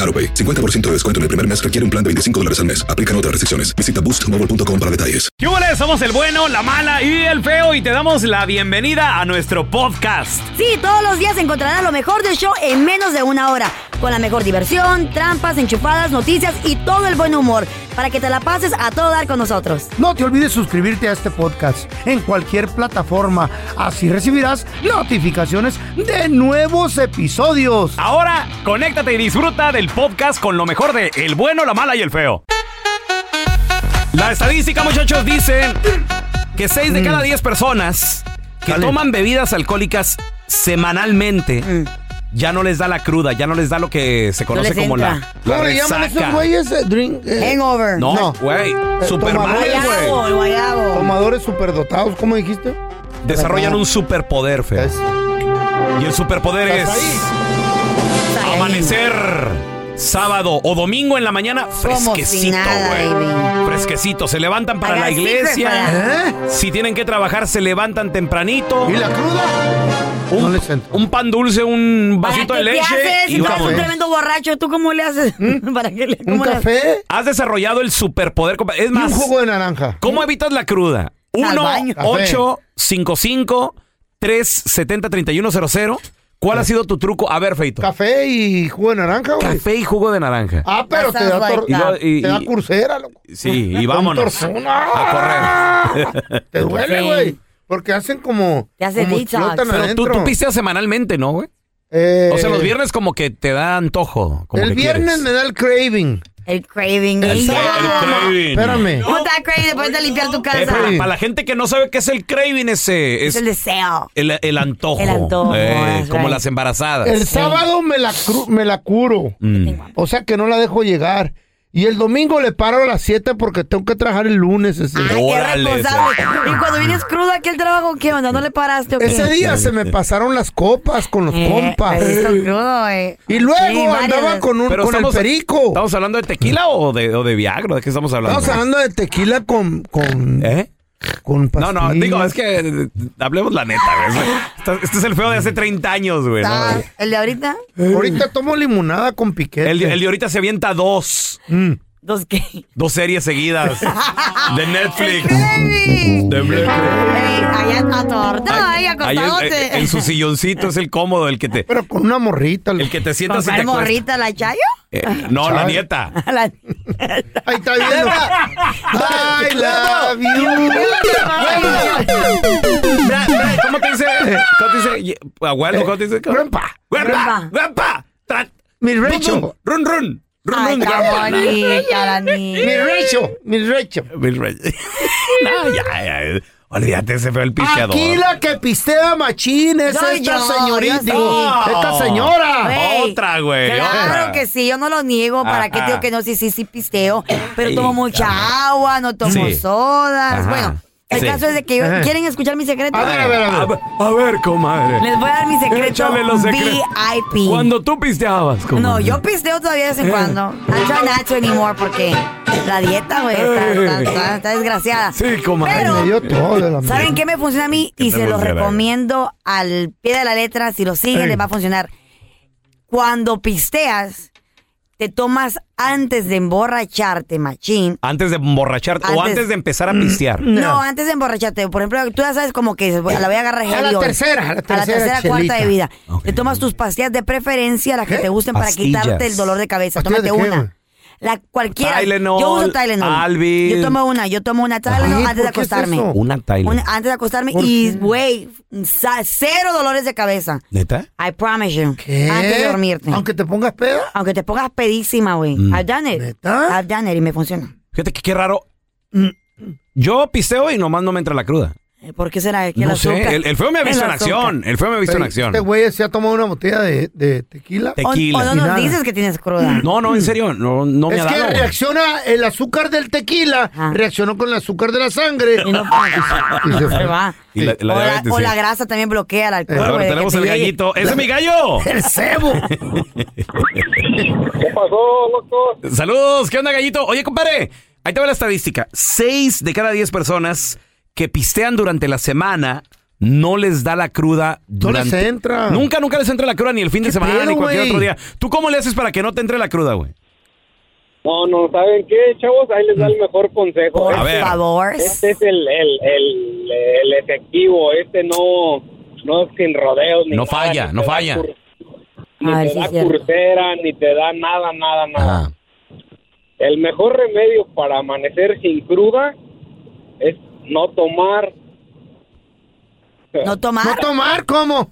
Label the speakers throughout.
Speaker 1: AroPay. 50% de descuento en el primer mes requiere un plan de 25 dólares al mes. Aplican otras restricciones. Visita boostmobile.com para detalles.
Speaker 2: ¿Qué hubo? Somos el bueno, la mala y el feo y te damos la bienvenida a nuestro podcast.
Speaker 3: Sí, todos los días encontrarás lo mejor del show en menos de una hora. Con la mejor diversión, trampas, enchufadas, noticias y todo el buen humor. Para que te la pases a todo dar con nosotros.
Speaker 4: No te olvides suscribirte a este podcast en cualquier plataforma. Así recibirás notificaciones de nuevos episodios.
Speaker 2: Ahora, conéctate y disfruta del podcast con lo mejor de El bueno, la mala y el feo. La estadística, muchachos, dice que 6 de
Speaker 5: Mm.
Speaker 2: cada 10 personas que toman bebidas alcohólicas semanalmente ya no les da la cruda, ya no les da lo que se conoce
Speaker 5: Mm. les
Speaker 2: como la,
Speaker 5: entra.
Speaker 2: la
Speaker 5: ¿Cómo le llaman
Speaker 2: resaca.
Speaker 5: esos güeyes? Eh, drink, eh.
Speaker 3: Hangover.
Speaker 2: No, güey. super mal, güey.
Speaker 3: guayabo.
Speaker 5: Tomadores superdotados, ¿cómo dijiste?
Speaker 2: Desarrollan un superpoder, feo. Y el superpoder es amanecer sábado o domingo en la mañana
Speaker 3: Como si
Speaker 2: fresquecito,
Speaker 3: nada,
Speaker 2: güey.
Speaker 3: baby.
Speaker 2: Fresquecito, se levantan para
Speaker 3: I
Speaker 2: la
Speaker 3: got secrets for
Speaker 2: iglesia.
Speaker 4: ¿Eh?
Speaker 2: Si tienen que trabajar, se levantan tempranito.
Speaker 4: ¿Y la cruda?
Speaker 2: Un,
Speaker 4: No les entra.
Speaker 2: un pan dulce, un vasito
Speaker 3: ¿Para
Speaker 2: de
Speaker 3: qué te
Speaker 2: leche
Speaker 3: haces?
Speaker 2: y
Speaker 3: Si tú eres
Speaker 2: vamos. ¿eh? ¿Mm?
Speaker 3: un tremendo borracho, ¿tú cómo le haces? ¿Para qué le
Speaker 5: ¿Un
Speaker 3: cómo le haces?
Speaker 5: café?
Speaker 2: Has desarrollado el superpoder. compa- Es
Speaker 5: Y un
Speaker 2: más,
Speaker 5: jugo de naranja.
Speaker 2: ¿cómo evitas la cruda?
Speaker 3: Al
Speaker 2: 1
Speaker 3: baño.
Speaker 2: 8 55 370 3100 ¿Cuál ha sido tu truco? A ver, Feito.
Speaker 5: Café y jugo de naranja, güey.
Speaker 2: Café y jugo de naranja.
Speaker 5: Ah, pero te da, tor-
Speaker 3: Y
Speaker 2: lo- y-
Speaker 5: te da
Speaker 2: y-
Speaker 5: cursera, loco.
Speaker 2: Sí, y
Speaker 5: Con
Speaker 2: vámonos.
Speaker 5: torsona.
Speaker 2: A correr.
Speaker 5: Te Ah, duele,
Speaker 3: Sí.
Speaker 5: güey. Porque hacen como.
Speaker 3: Te hace
Speaker 5: como
Speaker 3: detox.
Speaker 5: explotan
Speaker 2: Pero tú,
Speaker 5: adentro.
Speaker 2: tú pisteas semanalmente, ¿no, güey?
Speaker 5: Eh,
Speaker 2: O sea, los viernes como que te da antojo. como
Speaker 5: El
Speaker 2: que
Speaker 5: viernes
Speaker 2: quieres.
Speaker 5: me da el craving.
Speaker 3: El craving.
Speaker 2: El
Speaker 3: Ey,
Speaker 2: cra- el
Speaker 3: ya.
Speaker 2: craving.
Speaker 5: Espérame.
Speaker 3: ¿Cómo te da craving después de limpiar tu
Speaker 2: Eh,
Speaker 3: casa?
Speaker 2: para, para la gente que no sabe qué es el craving, ese es
Speaker 3: Es el deseo.
Speaker 2: el, el antojo. Eh,
Speaker 3: El antojo, that's
Speaker 2: como
Speaker 3: right.
Speaker 2: las embarazadas.
Speaker 5: El sábado me la, cru- me la curo.
Speaker 2: Mm.
Speaker 5: O sea que no la dejo llegar. Y el domingo le paro a las 7 porque tengo que trabajar el lunes. Ese,
Speaker 3: Ay, qué
Speaker 2: Órale,
Speaker 3: responsable. Y cuando vienes crudo aquí al trabajo, ¿qué onda? ¿No le paraste o qué?
Speaker 5: Ese día se me pasaron las copas con los
Speaker 3: Eh,
Speaker 5: compas.
Speaker 3: pues, está crudo, eh.
Speaker 5: Y
Speaker 3: Sí,
Speaker 5: luego
Speaker 3: varias
Speaker 5: andaba
Speaker 3: veces.
Speaker 5: con, un, con el
Speaker 2: estamos-
Speaker 5: perico.
Speaker 2: ¿Estamos hablando de tequila o de, o de Viagra? ¿De qué estamos hablando?
Speaker 5: Estamos hablando de tequila con. con,
Speaker 2: ¿Eh?
Speaker 5: con
Speaker 2: No, no,
Speaker 5: pastillas.
Speaker 2: digo, es que eh, hablemos la neta, güey. Este- Este es el feo de hace 30 años, güey. ¿no?
Speaker 3: Ah, ¿El de ahorita?
Speaker 5: Eh. Ahorita tomo limonada con piquete.
Speaker 2: El, de- el de ahorita se avienta dos,
Speaker 5: Mm.
Speaker 3: ¿Dos qué?
Speaker 2: dos series seguidas de Netflix.
Speaker 3: ¡Baby!
Speaker 2: De Netflix.
Speaker 3: Ey, allá atortado, ahí
Speaker 2: Ahí en- eh,
Speaker 3: acostadote.
Speaker 2: en, en su silloncito es el cómodo, el que te,
Speaker 5: Pero con una morrita.
Speaker 2: el que te
Speaker 3: ¿Con
Speaker 2: sientas y te
Speaker 3: cuál
Speaker 2: acuestas.
Speaker 3: morrita, la chayo?
Speaker 2: Eh, no, la
Speaker 5: Chale.
Speaker 2: nieta.
Speaker 3: La-
Speaker 5: Ahí está viendo. I love you.
Speaker 2: Bra- bra- ¿Cómo te dice? ¿Cómo te dice? Ye- Abuelo, ¿cómo te dice?
Speaker 5: Grandpa.
Speaker 2: Guampa. Guampa. Tra-
Speaker 5: Mi
Speaker 2: Run,
Speaker 5: Recho.
Speaker 2: run, run. Run,
Speaker 3: Ay,
Speaker 2: run,
Speaker 3: está
Speaker 2: guampa.
Speaker 3: bonita la
Speaker 5: Mi
Speaker 3: niña.
Speaker 5: Recho. Mi Recho.
Speaker 2: Bill Ray- No, ya, eh, ya. Olvídate, se fue el pichador.
Speaker 5: Aquí la que pistea machín es
Speaker 3: Soy
Speaker 5: esta
Speaker 3: yo,
Speaker 5: señorita.
Speaker 3: yo
Speaker 5: digo,
Speaker 2: soy.
Speaker 5: Esta señora.
Speaker 3: Güey,
Speaker 2: Otra, güey. otra.
Speaker 3: Claro que sí, yo no lo niego. ¿Para qué
Speaker 2: Ajá.
Speaker 3: digo que no? Sí, sí, sí, pisteo. Pero
Speaker 2: Ay,
Speaker 3: tomo mucha
Speaker 2: caramba.
Speaker 3: agua, no tomo
Speaker 2: Sí.
Speaker 3: sodas.
Speaker 2: Ajá.
Speaker 3: Bueno, El
Speaker 2: Sí.
Speaker 3: caso es de que yo-
Speaker 5: Ajá.
Speaker 3: quieren escuchar mi secreto.
Speaker 5: A ver, a ver, a ver.
Speaker 2: A ver, comadre.
Speaker 3: Les voy a dar mi secreto
Speaker 2: Échale los secretos.
Speaker 3: VIP.
Speaker 2: Cuando tú pisteabas, comadre.
Speaker 3: No, yo pisteo todavía de vez en cuando. I try not to anymore porque la dieta, güey, está, está- está- está desgraciada.
Speaker 2: Sí, comadre.
Speaker 3: Pero-
Speaker 5: Me dio todo de la
Speaker 3: ¿Saben qué me funciona a mí? Y
Speaker 2: te
Speaker 3: se los
Speaker 2: funciona?
Speaker 3: recomiendo al pie de la letra. Si lo siguen,
Speaker 5: Ey.
Speaker 3: les va a funcionar. Cuando pisteas, te tomas antes de emborracharte, machín.
Speaker 2: Antes de emborracharte o
Speaker 3: Antes-
Speaker 2: antes de empezar a
Speaker 5: Mm.
Speaker 2: pistear.
Speaker 3: No. antes de emborracharte. Por ejemplo, tú ya sabes como que dices, "Bueno, la voy a agarrar
Speaker 5: A la
Speaker 3: heavy hoy".
Speaker 5: tercera, a la
Speaker 3: A la
Speaker 5: tercera
Speaker 3: tercera, cuarta
Speaker 5: chelita.
Speaker 3: de vida.
Speaker 2: Ok.
Speaker 3: Te tomas tus pastillas de preferencia, las que te gusten para
Speaker 2: Pastillas.
Speaker 3: quitarte el dolor de cabeza.
Speaker 5: ¿Pastillas
Speaker 3: Tómate
Speaker 5: de qué, güey?
Speaker 3: una. La cualquiera.
Speaker 2: Tylenol,
Speaker 3: yo uso Tylenol.
Speaker 2: Alvil.
Speaker 3: Yo tomo una, yo tomo una Tylenol
Speaker 5: Ay,
Speaker 3: antes de
Speaker 5: ¿por qué es
Speaker 3: acostarme.
Speaker 5: eso?
Speaker 2: Una Tylenol.
Speaker 3: Una- antes de acostarme
Speaker 5: ¿Por
Speaker 3: y,
Speaker 5: qué?
Speaker 3: güey, sa- cero dolores de cabeza.
Speaker 2: ¿Neta?
Speaker 3: I promise you.
Speaker 5: ¿Qué?
Speaker 3: Antes de dormirte. Aunque,
Speaker 5: Aunque te pongas peda.
Speaker 3: te pongas pedísima, güey.
Speaker 2: Mm.
Speaker 3: I've done it.
Speaker 5: ¿Neta?
Speaker 3: I've done it y me funciona.
Speaker 2: Fíjate que qué raro.
Speaker 5: Mm.
Speaker 2: Yo pisteo y nomás no me entra la cruda.
Speaker 3: ¿Por qué será? Que
Speaker 2: No
Speaker 3: el
Speaker 2: sé,
Speaker 3: azúcar-
Speaker 2: el, el feo me ha visto en
Speaker 3: el azúcar.
Speaker 2: acción. El feo me ha visto en acción.
Speaker 5: Este güey se ha tomado una botella de, de tequila.
Speaker 2: Te-
Speaker 3: O,
Speaker 2: Tequila.
Speaker 3: o no
Speaker 5: Y
Speaker 3: nos
Speaker 5: nada.
Speaker 3: dices que tienes cruda.
Speaker 2: No, no, en serio, no, no me
Speaker 5: Mm. es
Speaker 2: ha
Speaker 5: que
Speaker 2: dado. güey.
Speaker 5: reacciona el azúcar del tequila,
Speaker 3: Ajá.
Speaker 5: reaccionó con el azúcar de la sangre.
Speaker 3: Y no-
Speaker 5: Y se fue.
Speaker 3: Ahí va.
Speaker 2: Y la- la
Speaker 3: o, la,
Speaker 2: diabetes,
Speaker 3: o
Speaker 2: sí.
Speaker 3: la grasa también bloquea el alcohol.
Speaker 2: A
Speaker 3: güey,
Speaker 2: ver,
Speaker 3: de que
Speaker 2: tenemos
Speaker 3: te
Speaker 2: el
Speaker 3: llegue.
Speaker 2: gallito. ¡Ese es mi gallo!
Speaker 5: El cebo.
Speaker 6: ¿Qué pasó, loco?
Speaker 2: Saludos, ¿qué onda, gallito? Oye, compadre, ahí te va la estadística. Seis de cada diez personas que pistean durante la semana no les da la cruda
Speaker 5: No les
Speaker 2: durante...
Speaker 5: entra.
Speaker 2: Nunca, nunca les entra la cruda, ni el fin de
Speaker 5: ¿Qué
Speaker 2: semana,
Speaker 5: pedo,
Speaker 2: ni cualquier
Speaker 5: güey?
Speaker 2: otro día. ¿Tú cómo le haces para que no te entre la cruda, güey?
Speaker 6: No, no, ¿saben qué, chavos? Ahí les da el mejor consejo.
Speaker 3: Por
Speaker 2: A ver.
Speaker 3: favor.
Speaker 6: Este es el, el, el, el efectivo, este no, no es sin rodeos. Ni
Speaker 2: No
Speaker 6: nada,
Speaker 2: falla,
Speaker 6: ni
Speaker 2: no
Speaker 6: te da
Speaker 2: falla.
Speaker 6: cur-
Speaker 3: A ver,
Speaker 6: Ni
Speaker 3: sí
Speaker 6: te da
Speaker 3: es cierto.
Speaker 6: curtera, ni te da nada, nada, nada.
Speaker 2: Ajá.
Speaker 6: El mejor remedio para amanecer sin cruda es no tomar,
Speaker 3: No tomar.
Speaker 5: ¿No tomar cómo?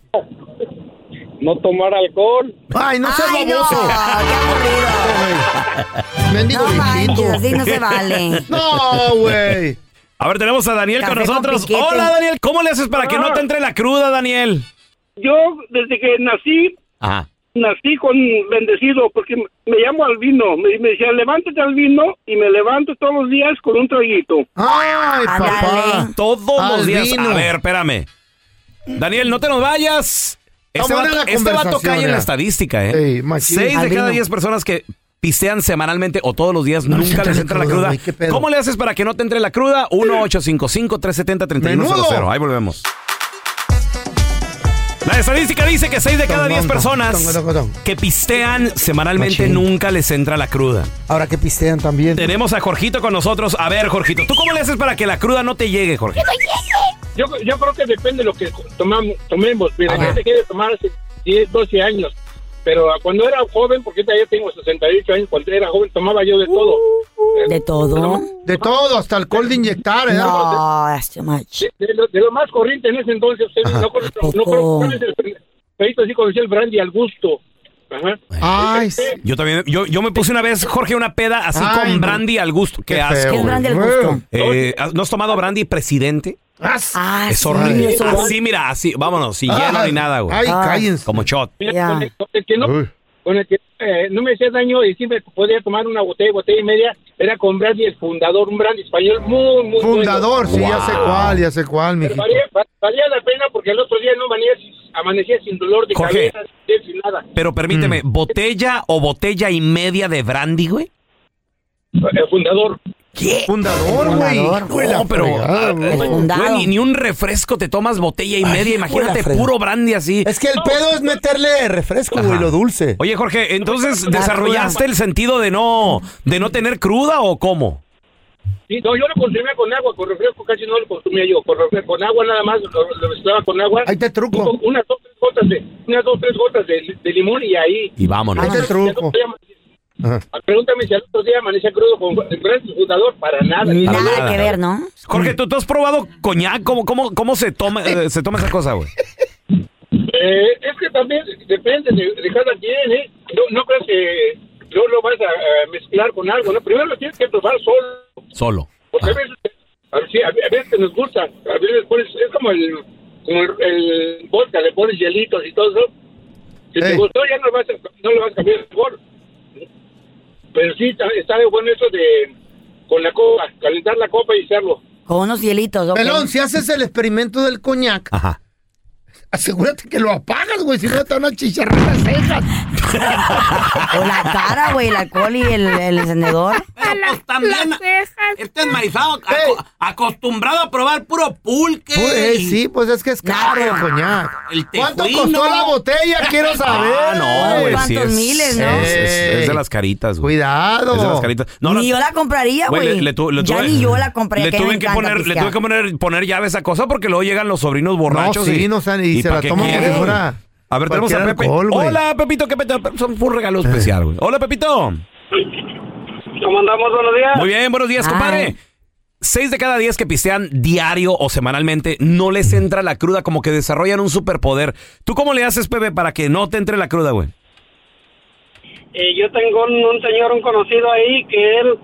Speaker 6: no tomar alcohol.
Speaker 5: Ay, no seas
Speaker 3: Ay, no,
Speaker 5: baboso.
Speaker 3: qué aburrido.
Speaker 5: Mendigo
Speaker 3: No manches,
Speaker 5: viejito.
Speaker 3: así no se vale.
Speaker 5: No, güey.
Speaker 2: A ver, tenemos a Daniel con
Speaker 3: Café con
Speaker 2: nosotros.
Speaker 3: piquete.
Speaker 2: Hola, Daniel, ¿cómo le haces para que no te entre la cruda, Daniel?
Speaker 7: Yo desde que nací,
Speaker 2: Ajá.
Speaker 7: nací con bendecido, porque m- me llamo Albino. Me, me decía, levántate Albino, y me levanto todos los días con un traguito.
Speaker 5: Ay, papá.
Speaker 3: Ándale.
Speaker 2: Todos los días.
Speaker 5: Albino.
Speaker 2: A ver, espérame. Daniel, no te nos vayas. Este
Speaker 5: Está buena
Speaker 2: vato,
Speaker 5: la
Speaker 2: este vato
Speaker 5: conversación,
Speaker 2: cae en
Speaker 5: ya.
Speaker 2: la estadística,
Speaker 5: Ey,
Speaker 2: ¿eh?
Speaker 5: machín.
Speaker 2: Seis de
Speaker 3: Albino.
Speaker 2: cada diez personas que pistean semanalmente o todos los días
Speaker 5: No,
Speaker 2: nunca
Speaker 5: sí,
Speaker 2: les
Speaker 5: la
Speaker 2: entra la
Speaker 5: cruda,
Speaker 2: cruda.
Speaker 5: güey, qué pedo.
Speaker 2: ¿Cómo le haces para que no te entre la cruda? 1-855-370-3100.
Speaker 5: Menudo.
Speaker 2: Ahí volvemos. La estadística dice que seis de cada
Speaker 5: Tongón,
Speaker 2: 10 personas
Speaker 5: tongón, tongón, tongón.
Speaker 2: que pistean semanalmente
Speaker 5: Machín.
Speaker 2: nunca les entra la cruda.
Speaker 5: Ahora que pistean también.
Speaker 2: Tenemos a Jorgito con nosotros. A ver, Jorgito, ¿tú cómo le haces para que la cruda no te llegue, Jorge?
Speaker 7: Yo, yo creo que depende de lo que tomamos, tomemos. Mira,
Speaker 2: Ajá.
Speaker 7: yo dejé de tomar hace 10, 12 años. Pero cuando era joven, porque ahorita ya tengo 68 años, cuando era joven tomaba yo de todo.
Speaker 3: De todo.
Speaker 5: De todo, hasta alcohol de inyectar, ¿eh?
Speaker 3: No, that's too much.
Speaker 7: De, de lo, de lo más corriente en ese entonces, ustedes no, conocen- no
Speaker 3: Ah, Poco.
Speaker 7: conocen cuál es el pedito, así conocía el brandy al gusto. Ajá.
Speaker 5: Ay, sí.
Speaker 2: Yo también, yo, yo me puse una vez, Jorge, una peda así
Speaker 5: Ay,
Speaker 2: con
Speaker 5: no.
Speaker 2: brandy al gusto. Qué,
Speaker 5: Qué
Speaker 2: asco.
Speaker 5: feo,
Speaker 3: ¿Qué es
Speaker 2: güey.
Speaker 3: grande el
Speaker 5: güey.
Speaker 3: gusto?
Speaker 2: Eh, ¿No has tomado brandy presidente?
Speaker 3: Ah,
Speaker 2: es
Speaker 3: sí,
Speaker 2: horrible.
Speaker 3: es horrible.
Speaker 2: Así, mira, así, vámonos, sin hielo ni nada, güey.
Speaker 5: Ah, Ay, cállense.
Speaker 2: Como shot.
Speaker 7: Mira,
Speaker 3: Ya.
Speaker 7: con, el, con el que no,
Speaker 5: Uy.
Speaker 7: con el que, eh, no me hacía daño y siempre podía tomar una botella, botella y media, era con brandy el fundador, un brandy español muy, muy bueno.
Speaker 5: Fundador, sí, ya sé
Speaker 2: Wow.
Speaker 5: cuál, ya sé cuál,
Speaker 7: Pero
Speaker 5: mijito.
Speaker 7: valía, va- valía la pena porque el otro día no amanecía, amanecía sin dolor de
Speaker 2: Jorge.
Speaker 7: cabeza, sin- sin nada.
Speaker 2: Pero permíteme,
Speaker 5: Mm.
Speaker 2: ¿botella o botella y media de brandy, güey?
Speaker 7: El fundador.
Speaker 5: Fundador, güey.
Speaker 3: Fundador.
Speaker 5: Hijo de la
Speaker 2: No, pero.
Speaker 5: fregada,
Speaker 2: ah,
Speaker 5: güey.
Speaker 2: eh,
Speaker 3: Fundado.
Speaker 2: güey, ni, ni un refresco te tomas botella y media. Imagínate puro brandy así.
Speaker 8: Es que el pedo es meterle refresco, güey,
Speaker 2: Ajá.
Speaker 8: lo dulce.
Speaker 2: Oye, Jorge, entonces
Speaker 3: La
Speaker 2: desarrollaste el sentido de no, de no tener cruda o cómo?
Speaker 7: Sí, no, yo lo consumía con agua, con refresco casi no lo consumía yo, con, refresco, con agua nada más, lo, lo mezclaba con agua.
Speaker 5: Ahí te truco.
Speaker 7: Un- Unas dos, tres gotas de, unas dos, tres gotas de, de limón y ahí.
Speaker 2: Y vámonos.
Speaker 5: Ahí te truco.
Speaker 7: Y al otro día
Speaker 5: Ajá.
Speaker 7: amanecía- Pregúntame si al otro día amanecía crudo con el brazo fundador, para nada.
Speaker 3: Nada,
Speaker 2: nada.
Speaker 3: que ver, ¿no?
Speaker 2: Jorge,
Speaker 9: Mm.
Speaker 2: ¿tú, tú has probado coñac? ¿Cómo, cómo, cómo se, toma, eh, se toma esa cosa, güey?
Speaker 7: Eh, es que también depende de, de cada quien, ¿eh? No, no creas que no lo vas a eh, mezclar con algo, ¿no? Primero lo tienes que probar solo,
Speaker 2: Solo.
Speaker 7: porque Pues a veces, a veces, a veces que nos gusta, a veces pones, es como el, como el, el vodka, le pones hielitos y todo eso. Si te
Speaker 5: Ey.
Speaker 7: gustó, ya no, lo vas a, no le vas a cambiar el sabor. Pero sí, está, está de bueno eso de con la copa, calentar la copa y hacerlo.
Speaker 3: Con unos hielitos, ok.
Speaker 4: Pelón, si haces el experimento del coñac,
Speaker 2: Ajá.
Speaker 4: asegúrate que lo apagas, güey, si no te van a chicharrar las cejas.
Speaker 3: O la cara, güey, el alcohol y el, el encendedor.
Speaker 9: Pues también este enmaizado aco- acostumbrado a probar puro pulque.
Speaker 4: Pues, eh, sí, pues es que es caro el coñac.
Speaker 9: El
Speaker 4: ¿Cuánto
Speaker 9: tejuino.
Speaker 4: costó la botella? Quiero saber.
Speaker 2: Ah, no, güey. sí
Speaker 3: ¿Cuántos
Speaker 2: es-
Speaker 3: miles, no?
Speaker 2: Es, es- es de las caritas, güey.
Speaker 4: Cuidado.
Speaker 2: Es de las caritas.
Speaker 3: ni yo la compraría,
Speaker 2: Güey,
Speaker 3: güey.
Speaker 2: le- le tu- le
Speaker 3: ya
Speaker 2: tuve-
Speaker 3: ni yo la compré.
Speaker 2: Le
Speaker 3: me
Speaker 2: tuve que
Speaker 3: encanta
Speaker 2: poner, le
Speaker 3: pistear.
Speaker 2: tuve que poner, poner llave a esa cosa porque luego llegan los sobrinos borrachos.
Speaker 4: No, sí, no sean- y se
Speaker 2: ¿pa'
Speaker 4: la
Speaker 2: qué
Speaker 4: toman como
Speaker 2: quieren?
Speaker 4: si fuera
Speaker 2: A ver, tenemos a
Speaker 4: cualquier
Speaker 2: Pepe.
Speaker 4: alcohol, güey.
Speaker 2: Hola, Pepito, que son un regalo especial, güey. Hola, Pepito.
Speaker 7: ¿Cómo andamos? Buenos días.
Speaker 2: Muy bien, buenos días,
Speaker 3: Ay.
Speaker 2: compadre. Seis de cada diez que pistean diario o semanalmente no les entra la cruda, como que desarrollan un superpoder. ¿Tú cómo le haces, Pepe, para que no te entre la cruda, güey?
Speaker 7: Eh, yo tengo un, un señor, un conocido ahí, que él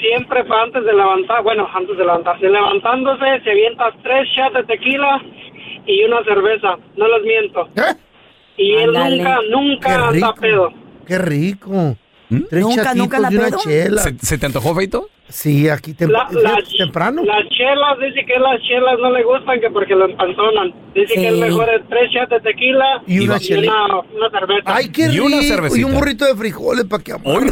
Speaker 7: siempre pa- antes de levantar, bueno, antes de levantarse, levantándose, se avienta tres shots de tequila y una cerveza, no les miento.
Speaker 4: ¿Eh?
Speaker 7: Y él
Speaker 3: Ándale.
Speaker 7: nunca,
Speaker 4: Qué
Speaker 7: nunca anda
Speaker 4: rico.
Speaker 7: pedo.
Speaker 4: Qué rico. Tres
Speaker 3: Nunca,
Speaker 4: chatitos
Speaker 3: nunca la
Speaker 4: y una
Speaker 3: pedo.
Speaker 4: chela.
Speaker 2: ¿Mm? ¿Se, se te antojó, Feito?
Speaker 4: Sí, aquí tem-
Speaker 7: La-
Speaker 4: fíjate,
Speaker 7: las-
Speaker 4: temprano.
Speaker 7: Las chelas, dice que las chelas no le gustan que porque lo empanzonan. Dice
Speaker 3: Sí.
Speaker 7: que es mejor es tres shots de tequila
Speaker 4: Y una
Speaker 7: y
Speaker 4: chelita.
Speaker 7: una, una cerveza.
Speaker 4: Ay, qué
Speaker 2: Y
Speaker 4: rico.
Speaker 2: una
Speaker 4: y
Speaker 2: cervecita.
Speaker 4: un burrito de frijoles para que amor.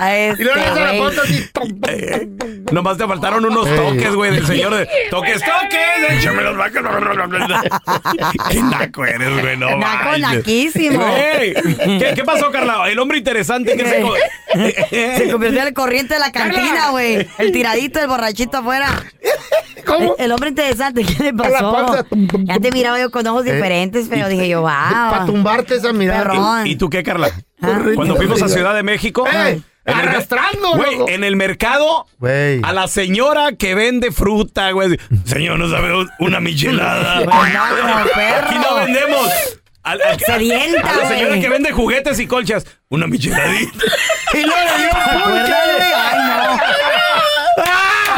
Speaker 3: A
Speaker 4: Y luego le
Speaker 3: este,
Speaker 4: echan la
Speaker 3: güey.
Speaker 4: pata así. tom, tom,
Speaker 2: Nomás te faltaron unos toques, güey, del señor de toques, toques, échame los vacas. Qué naco eres, güey, no
Speaker 3: Naco
Speaker 2: manches.
Speaker 3: naquísimo.
Speaker 2: Güey, ¿Qué, qué pasó, Carla? El hombre interesante que se... co- Eh.
Speaker 3: Se convirtió en el corriente de la cantina, güey. El tiradito, el borrachito afuera.
Speaker 4: ¿Cómo?
Speaker 3: El, el hombre interesante, ¿qué le
Speaker 4: la
Speaker 3: pasó?
Speaker 4: panza. Tum, tum,
Speaker 3: Ya te miraba yo con ojos
Speaker 4: Eh,
Speaker 3: diferentes, pero
Speaker 4: y-
Speaker 3: dije yo,
Speaker 4: Para
Speaker 3: wow.
Speaker 4: tumbarte esa mirada.
Speaker 3: Perrón.
Speaker 2: ¿Y tú qué, Carla?
Speaker 3: Ah.
Speaker 2: Cuando fuimos a Ciudad de México...
Speaker 4: ¡Eh!
Speaker 2: en el-
Speaker 4: Arrastrando,
Speaker 2: Güey,
Speaker 4: loco.
Speaker 2: en el mercado,
Speaker 4: Güey.
Speaker 2: a la señora que vende fruta, güey. Señor, no sabe una michelada.
Speaker 3: Pues no, perro.
Speaker 2: Aquí no vendemos. Al- al-
Speaker 3: Sedienta,
Speaker 2: a la señora
Speaker 3: güey.
Speaker 2: que vende juguetes y colchas, una micheladita.
Speaker 4: Y luego le dio
Speaker 3: ¿Te acuerdas, güey?
Speaker 4: pulque.
Speaker 3: Ay,
Speaker 2: ¡Ah!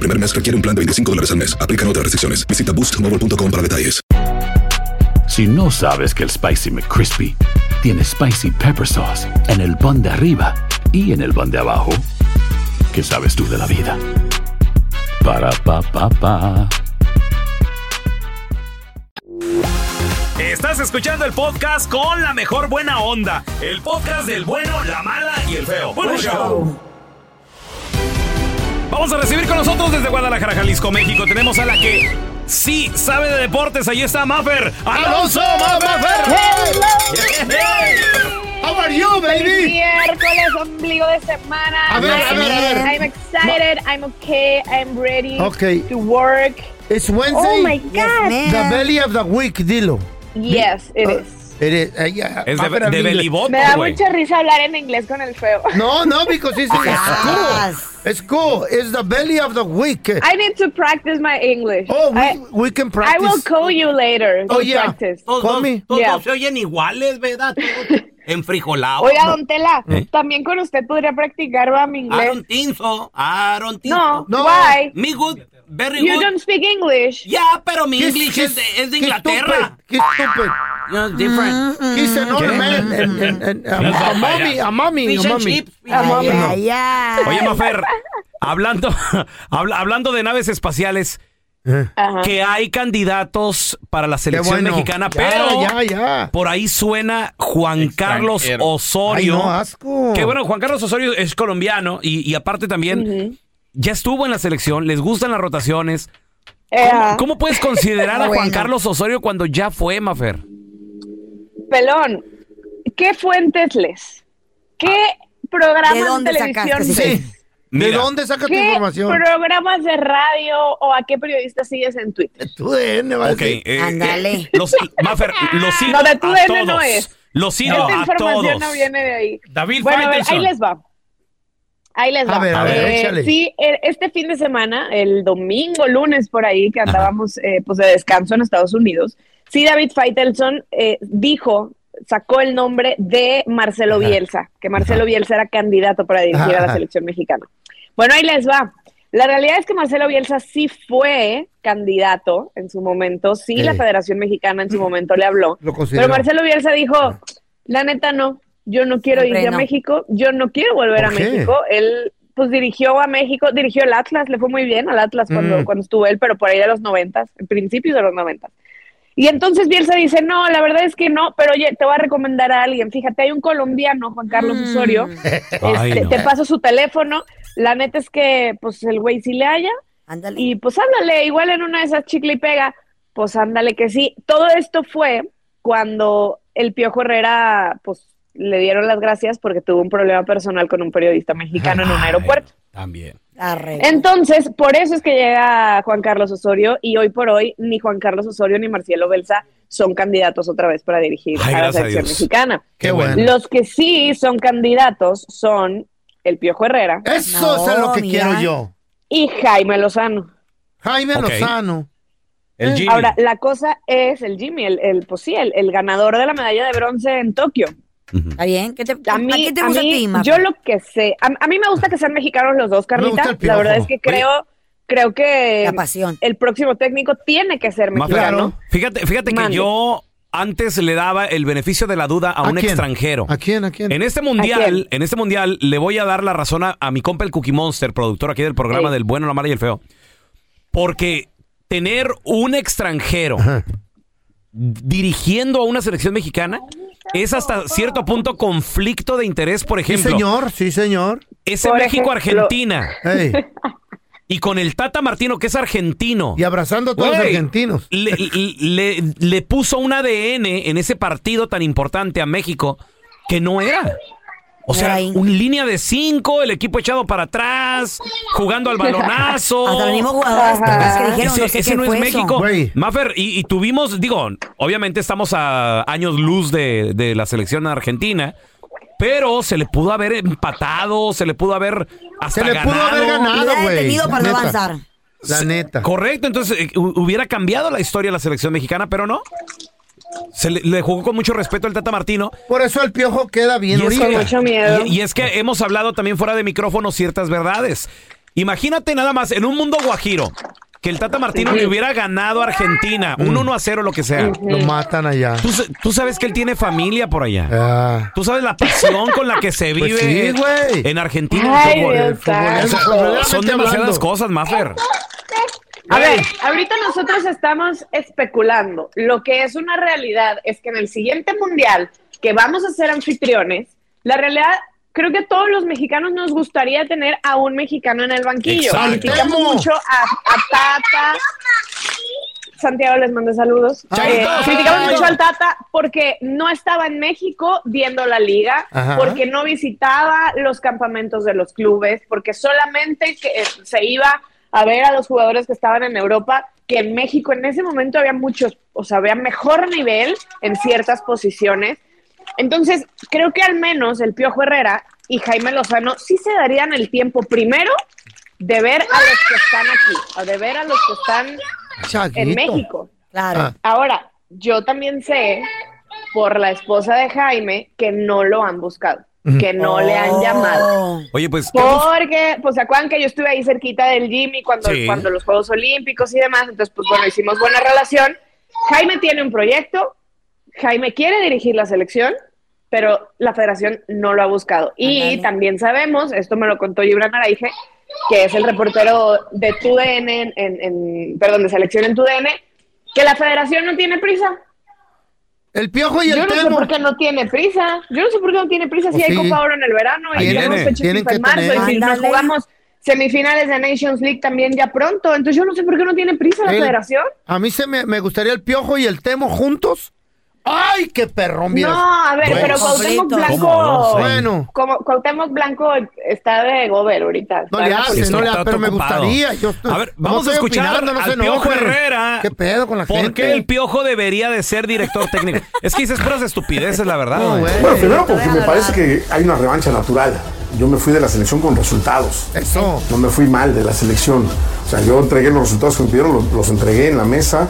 Speaker 1: primer mes requiere un plan de 25 dólares al mes. Aplican otras restricciones. Visita boostmobile.com para detalles.
Speaker 10: Si no sabes que el Spicy McCrispy tiene Spicy Pepper Sauce en el pan de arriba y en el pan de abajo, ¿qué sabes tú de la vida? Para, pa, pa, pa.
Speaker 2: Estás escuchando el podcast con la mejor buena onda. El podcast del bueno, la mala y el feo. Bueno, show. Vamos a recibir con nosotros desde Guadalajara, Jalisco, México. Tenemos a la que sí sabe de deportes. Ahí está Maffer.
Speaker 4: ¡Alonso, ¡How are you, baby!
Speaker 11: Miércoles, ombligo de semana.
Speaker 4: A ver, a ver, a ver.
Speaker 11: I'm excited, I'm okay, I'm ready
Speaker 4: Okay.
Speaker 11: to work.
Speaker 4: It's Wednesday.
Speaker 11: Oh my
Speaker 3: no.
Speaker 11: God.
Speaker 4: The belly of the week, dilo.
Speaker 11: Yes, it is.
Speaker 4: It is- eh, yeah,
Speaker 2: Es de,
Speaker 4: Maffer, I'm
Speaker 2: de
Speaker 4: English.
Speaker 2: Belibote,
Speaker 11: Me da
Speaker 2: güey.
Speaker 11: mucha risa hablar en inglés con el feo.
Speaker 4: No, no, because it's, it's cool. It's cool. It's the belly of the week.
Speaker 11: I need to practice my English.
Speaker 4: Oh, we,
Speaker 11: I,
Speaker 4: we can
Speaker 11: I
Speaker 4: practice.
Speaker 11: will call you later
Speaker 4: Oh,
Speaker 11: to
Speaker 4: yeah.
Speaker 11: practice.
Speaker 4: Oh,
Speaker 9: Todos,
Speaker 4: Call me.
Speaker 9: todos
Speaker 11: Yeah.
Speaker 9: se oyen iguales, ¿verdad? Todos enfrijolados.
Speaker 11: Oiga, don Tela, también con usted podría practicar va, mi inglés.
Speaker 9: Aaron Tinso, Aaron Tinso.
Speaker 11: No,
Speaker 4: No.
Speaker 11: why?
Speaker 9: Mi good, very
Speaker 11: You
Speaker 9: good.
Speaker 11: don't speak English.
Speaker 9: Ya, pero mi English es de, es de
Speaker 4: qué
Speaker 9: Inglaterra.
Speaker 4: Stupid, qué stupid.
Speaker 9: No, different.
Speaker 4: He's an old man. And, and, and, a, a mommy, a mommy,
Speaker 9: Fish
Speaker 4: a
Speaker 9: and
Speaker 4: mommy.
Speaker 9: chips.
Speaker 3: Ay, ay, ay.
Speaker 2: Oye, Mafer, hablando, habla- hablando de naves espaciales,
Speaker 11: Ajá.
Speaker 2: que hay candidatos para la selección
Speaker 4: Eh. bueno.
Speaker 2: mexicana,
Speaker 4: Ya,
Speaker 2: pero
Speaker 4: ya, ya.
Speaker 2: por ahí suena Juan Carlos Osorio.
Speaker 4: Ay, no, asco.
Speaker 2: Que bueno, Juan Carlos Osorio es colombiano y, y aparte también ya estuvo en la selección, les gustan las rotaciones. ¿Cómo, cómo puedes considerar a Juan
Speaker 11: Bueno.
Speaker 2: Carlos Osorio cuando ya fue Mafer?
Speaker 11: Pelón, ¿qué fuentes les? ¿Qué programas
Speaker 3: Ah, ¿De
Speaker 11: de,
Speaker 3: dónde
Speaker 11: televisión
Speaker 3: sacaste?
Speaker 11: ves?
Speaker 3: Sí.
Speaker 4: ¿De dónde sacas tu
Speaker 11: ¿Qué
Speaker 4: información?
Speaker 11: programas de radio o a qué periodista sigues en Twitter?
Speaker 4: Tú de N, va a
Speaker 2: Ok,
Speaker 4: decir.
Speaker 2: eh, eh, los, Mafer, los sigo
Speaker 11: No, de tu
Speaker 2: a
Speaker 11: DN
Speaker 2: todos.
Speaker 11: no es.
Speaker 2: Los sigo
Speaker 11: Esta
Speaker 2: a
Speaker 11: información
Speaker 2: todos.
Speaker 11: no viene de ahí.
Speaker 2: David
Speaker 11: bueno, a ver,
Speaker 2: Faitelson.
Speaker 11: ahí les va. Ahí les
Speaker 2: A
Speaker 11: va.
Speaker 2: ver, a ver, échale.
Speaker 11: sí, e- este fin de semana, el domingo, lunes por ahí, que andábamos eh, pues de descanso en Estados Unidos, sí, David Faitelson eh, dijo, sacó el nombre de Marcelo Bielsa, que Marcelo Bielsa era candidato para dirigir a
Speaker 12: Ajá.
Speaker 11: la selección mexicana. Bueno, ahí les va. La realidad es que Marcelo Bielsa sí fue candidato en su momento, sí la
Speaker 12: Eh.
Speaker 11: Federación Mexicana en su momento le habló,
Speaker 12: Lo consideró.
Speaker 11: pero Marcelo Bielsa dijo, la neta no, yo no quiero
Speaker 12: Siempre
Speaker 11: ir a
Speaker 12: no.
Speaker 11: México, yo no quiero volver a
Speaker 12: ¿Por qué?
Speaker 11: México. Él pues dirigió a México, dirigió el Atlas, le fue muy bien al Atlas cuando,
Speaker 12: Mm.
Speaker 11: cuando estuvo él, pero por ahí de los noventas, en principios de los noventas. Y entonces Bielsa dice, no, la verdad es que no, pero oye, te voy a recomendar a alguien. Fíjate, hay un colombiano, Juan Carlos Osorio,
Speaker 12: Ay,
Speaker 11: este,
Speaker 12: no.
Speaker 11: te paso su teléfono. La neta es que, pues, el güey sí le haya. Y pues ándale, igual en una de esas chicle y pega, pues ándale que sí. Todo esto fue cuando el Piojo Herrera, pues, le dieron las gracias porque tuvo un problema personal con un periodista mexicano en un aeropuerto.
Speaker 2: También.
Speaker 11: Entonces, por eso es que llega Juan Carlos Osorio y hoy por hoy ni Juan Carlos Osorio ni Marcelo Belsa son candidatos otra vez para dirigir
Speaker 12: Ay,
Speaker 11: a la
Speaker 12: gracias a
Speaker 11: selección
Speaker 12: Dios.
Speaker 11: mexicana.
Speaker 12: Qué bueno.
Speaker 11: Los que sí son candidatos son el Piojo Herrera.
Speaker 4: Eso es
Speaker 11: Oh,
Speaker 4: lo que quiero yo.
Speaker 11: Y Jaime Lozano.
Speaker 4: Jaime
Speaker 11: Ok.
Speaker 4: Lozano.
Speaker 2: El Jimmy.
Speaker 11: Eh, Ahora, la cosa es el Jimmy, el, el, pues sí, el, el ganador de la medalla de bronce en Tokio.
Speaker 3: Está bien, ¿qué te,
Speaker 11: A mí,
Speaker 3: qué te
Speaker 11: a
Speaker 3: gusta a
Speaker 11: mí,
Speaker 3: ti, Mafer?
Speaker 11: yo lo que sé, a, a mí me gusta que sean mexicanos los dos,
Speaker 3: gusta
Speaker 11: Carlita.
Speaker 3: el
Speaker 11: La
Speaker 3: piojo.
Speaker 11: verdad es que
Speaker 3: Oye.
Speaker 11: creo, creo que
Speaker 3: La pasión.
Speaker 11: el próximo técnico tiene que ser
Speaker 2: Mafer,
Speaker 11: mexicano.
Speaker 2: Fíjate, fíjate que
Speaker 11: Mande.
Speaker 2: yo antes le daba el beneficio de la duda a,
Speaker 4: ¿A
Speaker 2: un
Speaker 4: quién?
Speaker 2: extranjero.
Speaker 4: ¿A quién? ¿A quién?
Speaker 2: En este mundial, en este mundial le voy a dar la razón a, a mi compa el Cookie Monster, productor aquí del programa
Speaker 4: Ey.
Speaker 2: del bueno, la mala y el feo. Porque tener un extranjero dirigiendo a una selección mexicana es hasta cierto punto conflicto de interés, por
Speaker 4: Sí,
Speaker 2: ejemplo.
Speaker 4: señor, sí, señor.
Speaker 2: Ese
Speaker 4: Por
Speaker 2: México-Argentina.
Speaker 4: Ey.
Speaker 2: Y con el Tata Martino, que es argentino. Y
Speaker 4: abrazando a todos los argentinos.
Speaker 2: Le, le- le- le puso un ADN en ese partido tan importante a México que no era. O sea, un línea de cinco, el equipo echado para atrás, jugando al balonazo.
Speaker 3: Hasta los mismos jugadores pues, que dijeron,
Speaker 2: Ese,
Speaker 3: no sé
Speaker 2: ese
Speaker 3: qué
Speaker 2: no
Speaker 3: fue
Speaker 2: es
Speaker 3: eso.
Speaker 2: México. Maffer, y, y tuvimos, digo, obviamente estamos a años luz de, de la selección argentina, pero se le pudo haber empatado, se le pudo haber hasta
Speaker 4: Se le pudo haber ganado,
Speaker 2: Hubiera
Speaker 4: güey.
Speaker 2: detenido
Speaker 4: La
Speaker 2: para no
Speaker 4: neta.
Speaker 2: avanzar.
Speaker 4: La neta.
Speaker 2: Correcto, entonces eh, hu- hubiera cambiado la historia de la selección mexicana, pero no. Se le, le jugó con mucho respeto al Tata Martino.
Speaker 4: Por eso el piojo queda bien
Speaker 2: es
Speaker 4: ahorita.
Speaker 2: que- y- y es que hemos hablado también fuera de micrófono ciertas verdades. Imagínate nada más, en un mundo guajiro, que el Tata Martino
Speaker 4: Ujú.
Speaker 2: le hubiera ganado a Argentina, un 1 a 0, lo que sea.
Speaker 4: Mm. Lo matan allá.
Speaker 2: Tú, sa- tú sabes que él tiene familia por allá. Tú sabes la pasión con la que se
Speaker 4: Ah. Pues
Speaker 2: vive
Speaker 4: sí, güey.
Speaker 2: en Argentina.
Speaker 11: Ay,
Speaker 2: el fútbol.
Speaker 11: Dios
Speaker 2: El fútbol.
Speaker 11: santo.
Speaker 2: O sea,
Speaker 11: Verdaderamente
Speaker 2: son demasiadas
Speaker 11: hablando.
Speaker 2: cosas, Maffer.
Speaker 11: A ver, ahorita nosotros estamos especulando. Lo que es una realidad es que en el siguiente mundial, que vamos a ser anfitriones, la realidad, creo que a todos los mexicanos nos gustaría tener a un mexicano en el banquillo.
Speaker 12: Exacto.
Speaker 11: Criticamos
Speaker 12: ¡Temo!
Speaker 11: mucho a, a Tata. Santiago les manda saludos.
Speaker 12: Chaito.
Speaker 11: Eh, criticamos mucho al Tata porque no estaba en México viendo la liga,
Speaker 12: Ajá.
Speaker 11: porque no visitaba los campamentos de los clubes, porque solamente que eh, se iba a ver a los jugadores que estaban en Europa, que en México en ese momento había muchos, o sea, había mejor nivel en ciertas posiciones. Entonces, creo que al menos el Piojo Herrera y Jaime Lozano sí se darían el tiempo primero de ver a los que están aquí, o de ver a los que están en México.
Speaker 3: Claro.
Speaker 4: Ah.
Speaker 11: Ahora, yo también sé por la esposa de Jaime que no lo han buscado, que no le han llamado.
Speaker 2: Oye, pues.
Speaker 11: Porque, pues, ¿se acuerdan que yo estuve ahí cerquita del Jimmy cuando,
Speaker 2: Sí.
Speaker 11: cuando los Juegos Olímpicos y demás? Entonces, pues, bueno, hicimos buena relación. Jaime tiene un proyecto, Jaime quiere dirigir la selección, pero la federación no lo ha buscado. Y también sabemos, esto me lo contó Gibran Araige, que es el reportero de TUDN, en, en, en- perdón, de selección en TUDN, que la federación no tiene prisa.
Speaker 4: El piojo y
Speaker 11: Yo
Speaker 4: el
Speaker 11: no sé
Speaker 4: Temo.
Speaker 11: por qué no tiene prisa. Yo no sé por qué no tiene prisa si
Speaker 4: Pues
Speaker 11: hay
Speaker 4: sí.
Speaker 11: Copa Oro en el verano
Speaker 4: Ahí
Speaker 11: y tenemos
Speaker 4: tienen,
Speaker 11: fecha
Speaker 4: tienen
Speaker 11: FIFA en
Speaker 4: que tener.
Speaker 11: marzo y si nos
Speaker 4: Ándale.
Speaker 11: jugamos semifinales de Nations League también ya pronto. Entonces yo no sé por qué no tiene prisa la
Speaker 4: El-
Speaker 11: federación.
Speaker 4: A mí se me, me gustaría el piojo y el Temo juntos. ¡Ay, qué perrón! mira.
Speaker 11: No, a ver,
Speaker 4: Bueno.
Speaker 11: pero Cuauhtémoc Blanco,
Speaker 4: ¿Cómo? Bueno,
Speaker 11: como Cuauhtémoc Blanco está de gober ahorita.
Speaker 4: no le
Speaker 11: Está en la
Speaker 4: haces,
Speaker 11: policía.
Speaker 4: no le haces,
Speaker 2: está
Speaker 4: pero me
Speaker 2: ocupado.
Speaker 4: gustaría. Yo,
Speaker 2: A ver, vamos a
Speaker 4: estoy
Speaker 2: escuchar
Speaker 4: opinando,
Speaker 2: al
Speaker 4: se
Speaker 2: Piojo
Speaker 4: enojen.
Speaker 2: Herrera.
Speaker 4: ¿Qué pedo con la
Speaker 2: ¿Por
Speaker 4: gente?
Speaker 2: qué el piojo debería de ser director técnico? es que dices puras estupideces, la verdad. güey.
Speaker 12: Bueno, primero porque me parece que hay una revancha natural. Yo me fui de la selección con resultados.
Speaker 4: Eso.
Speaker 12: No me fui mal de la selección. O sea, yo entregué los resultados que me pidieron, los, los entregué en la mesa.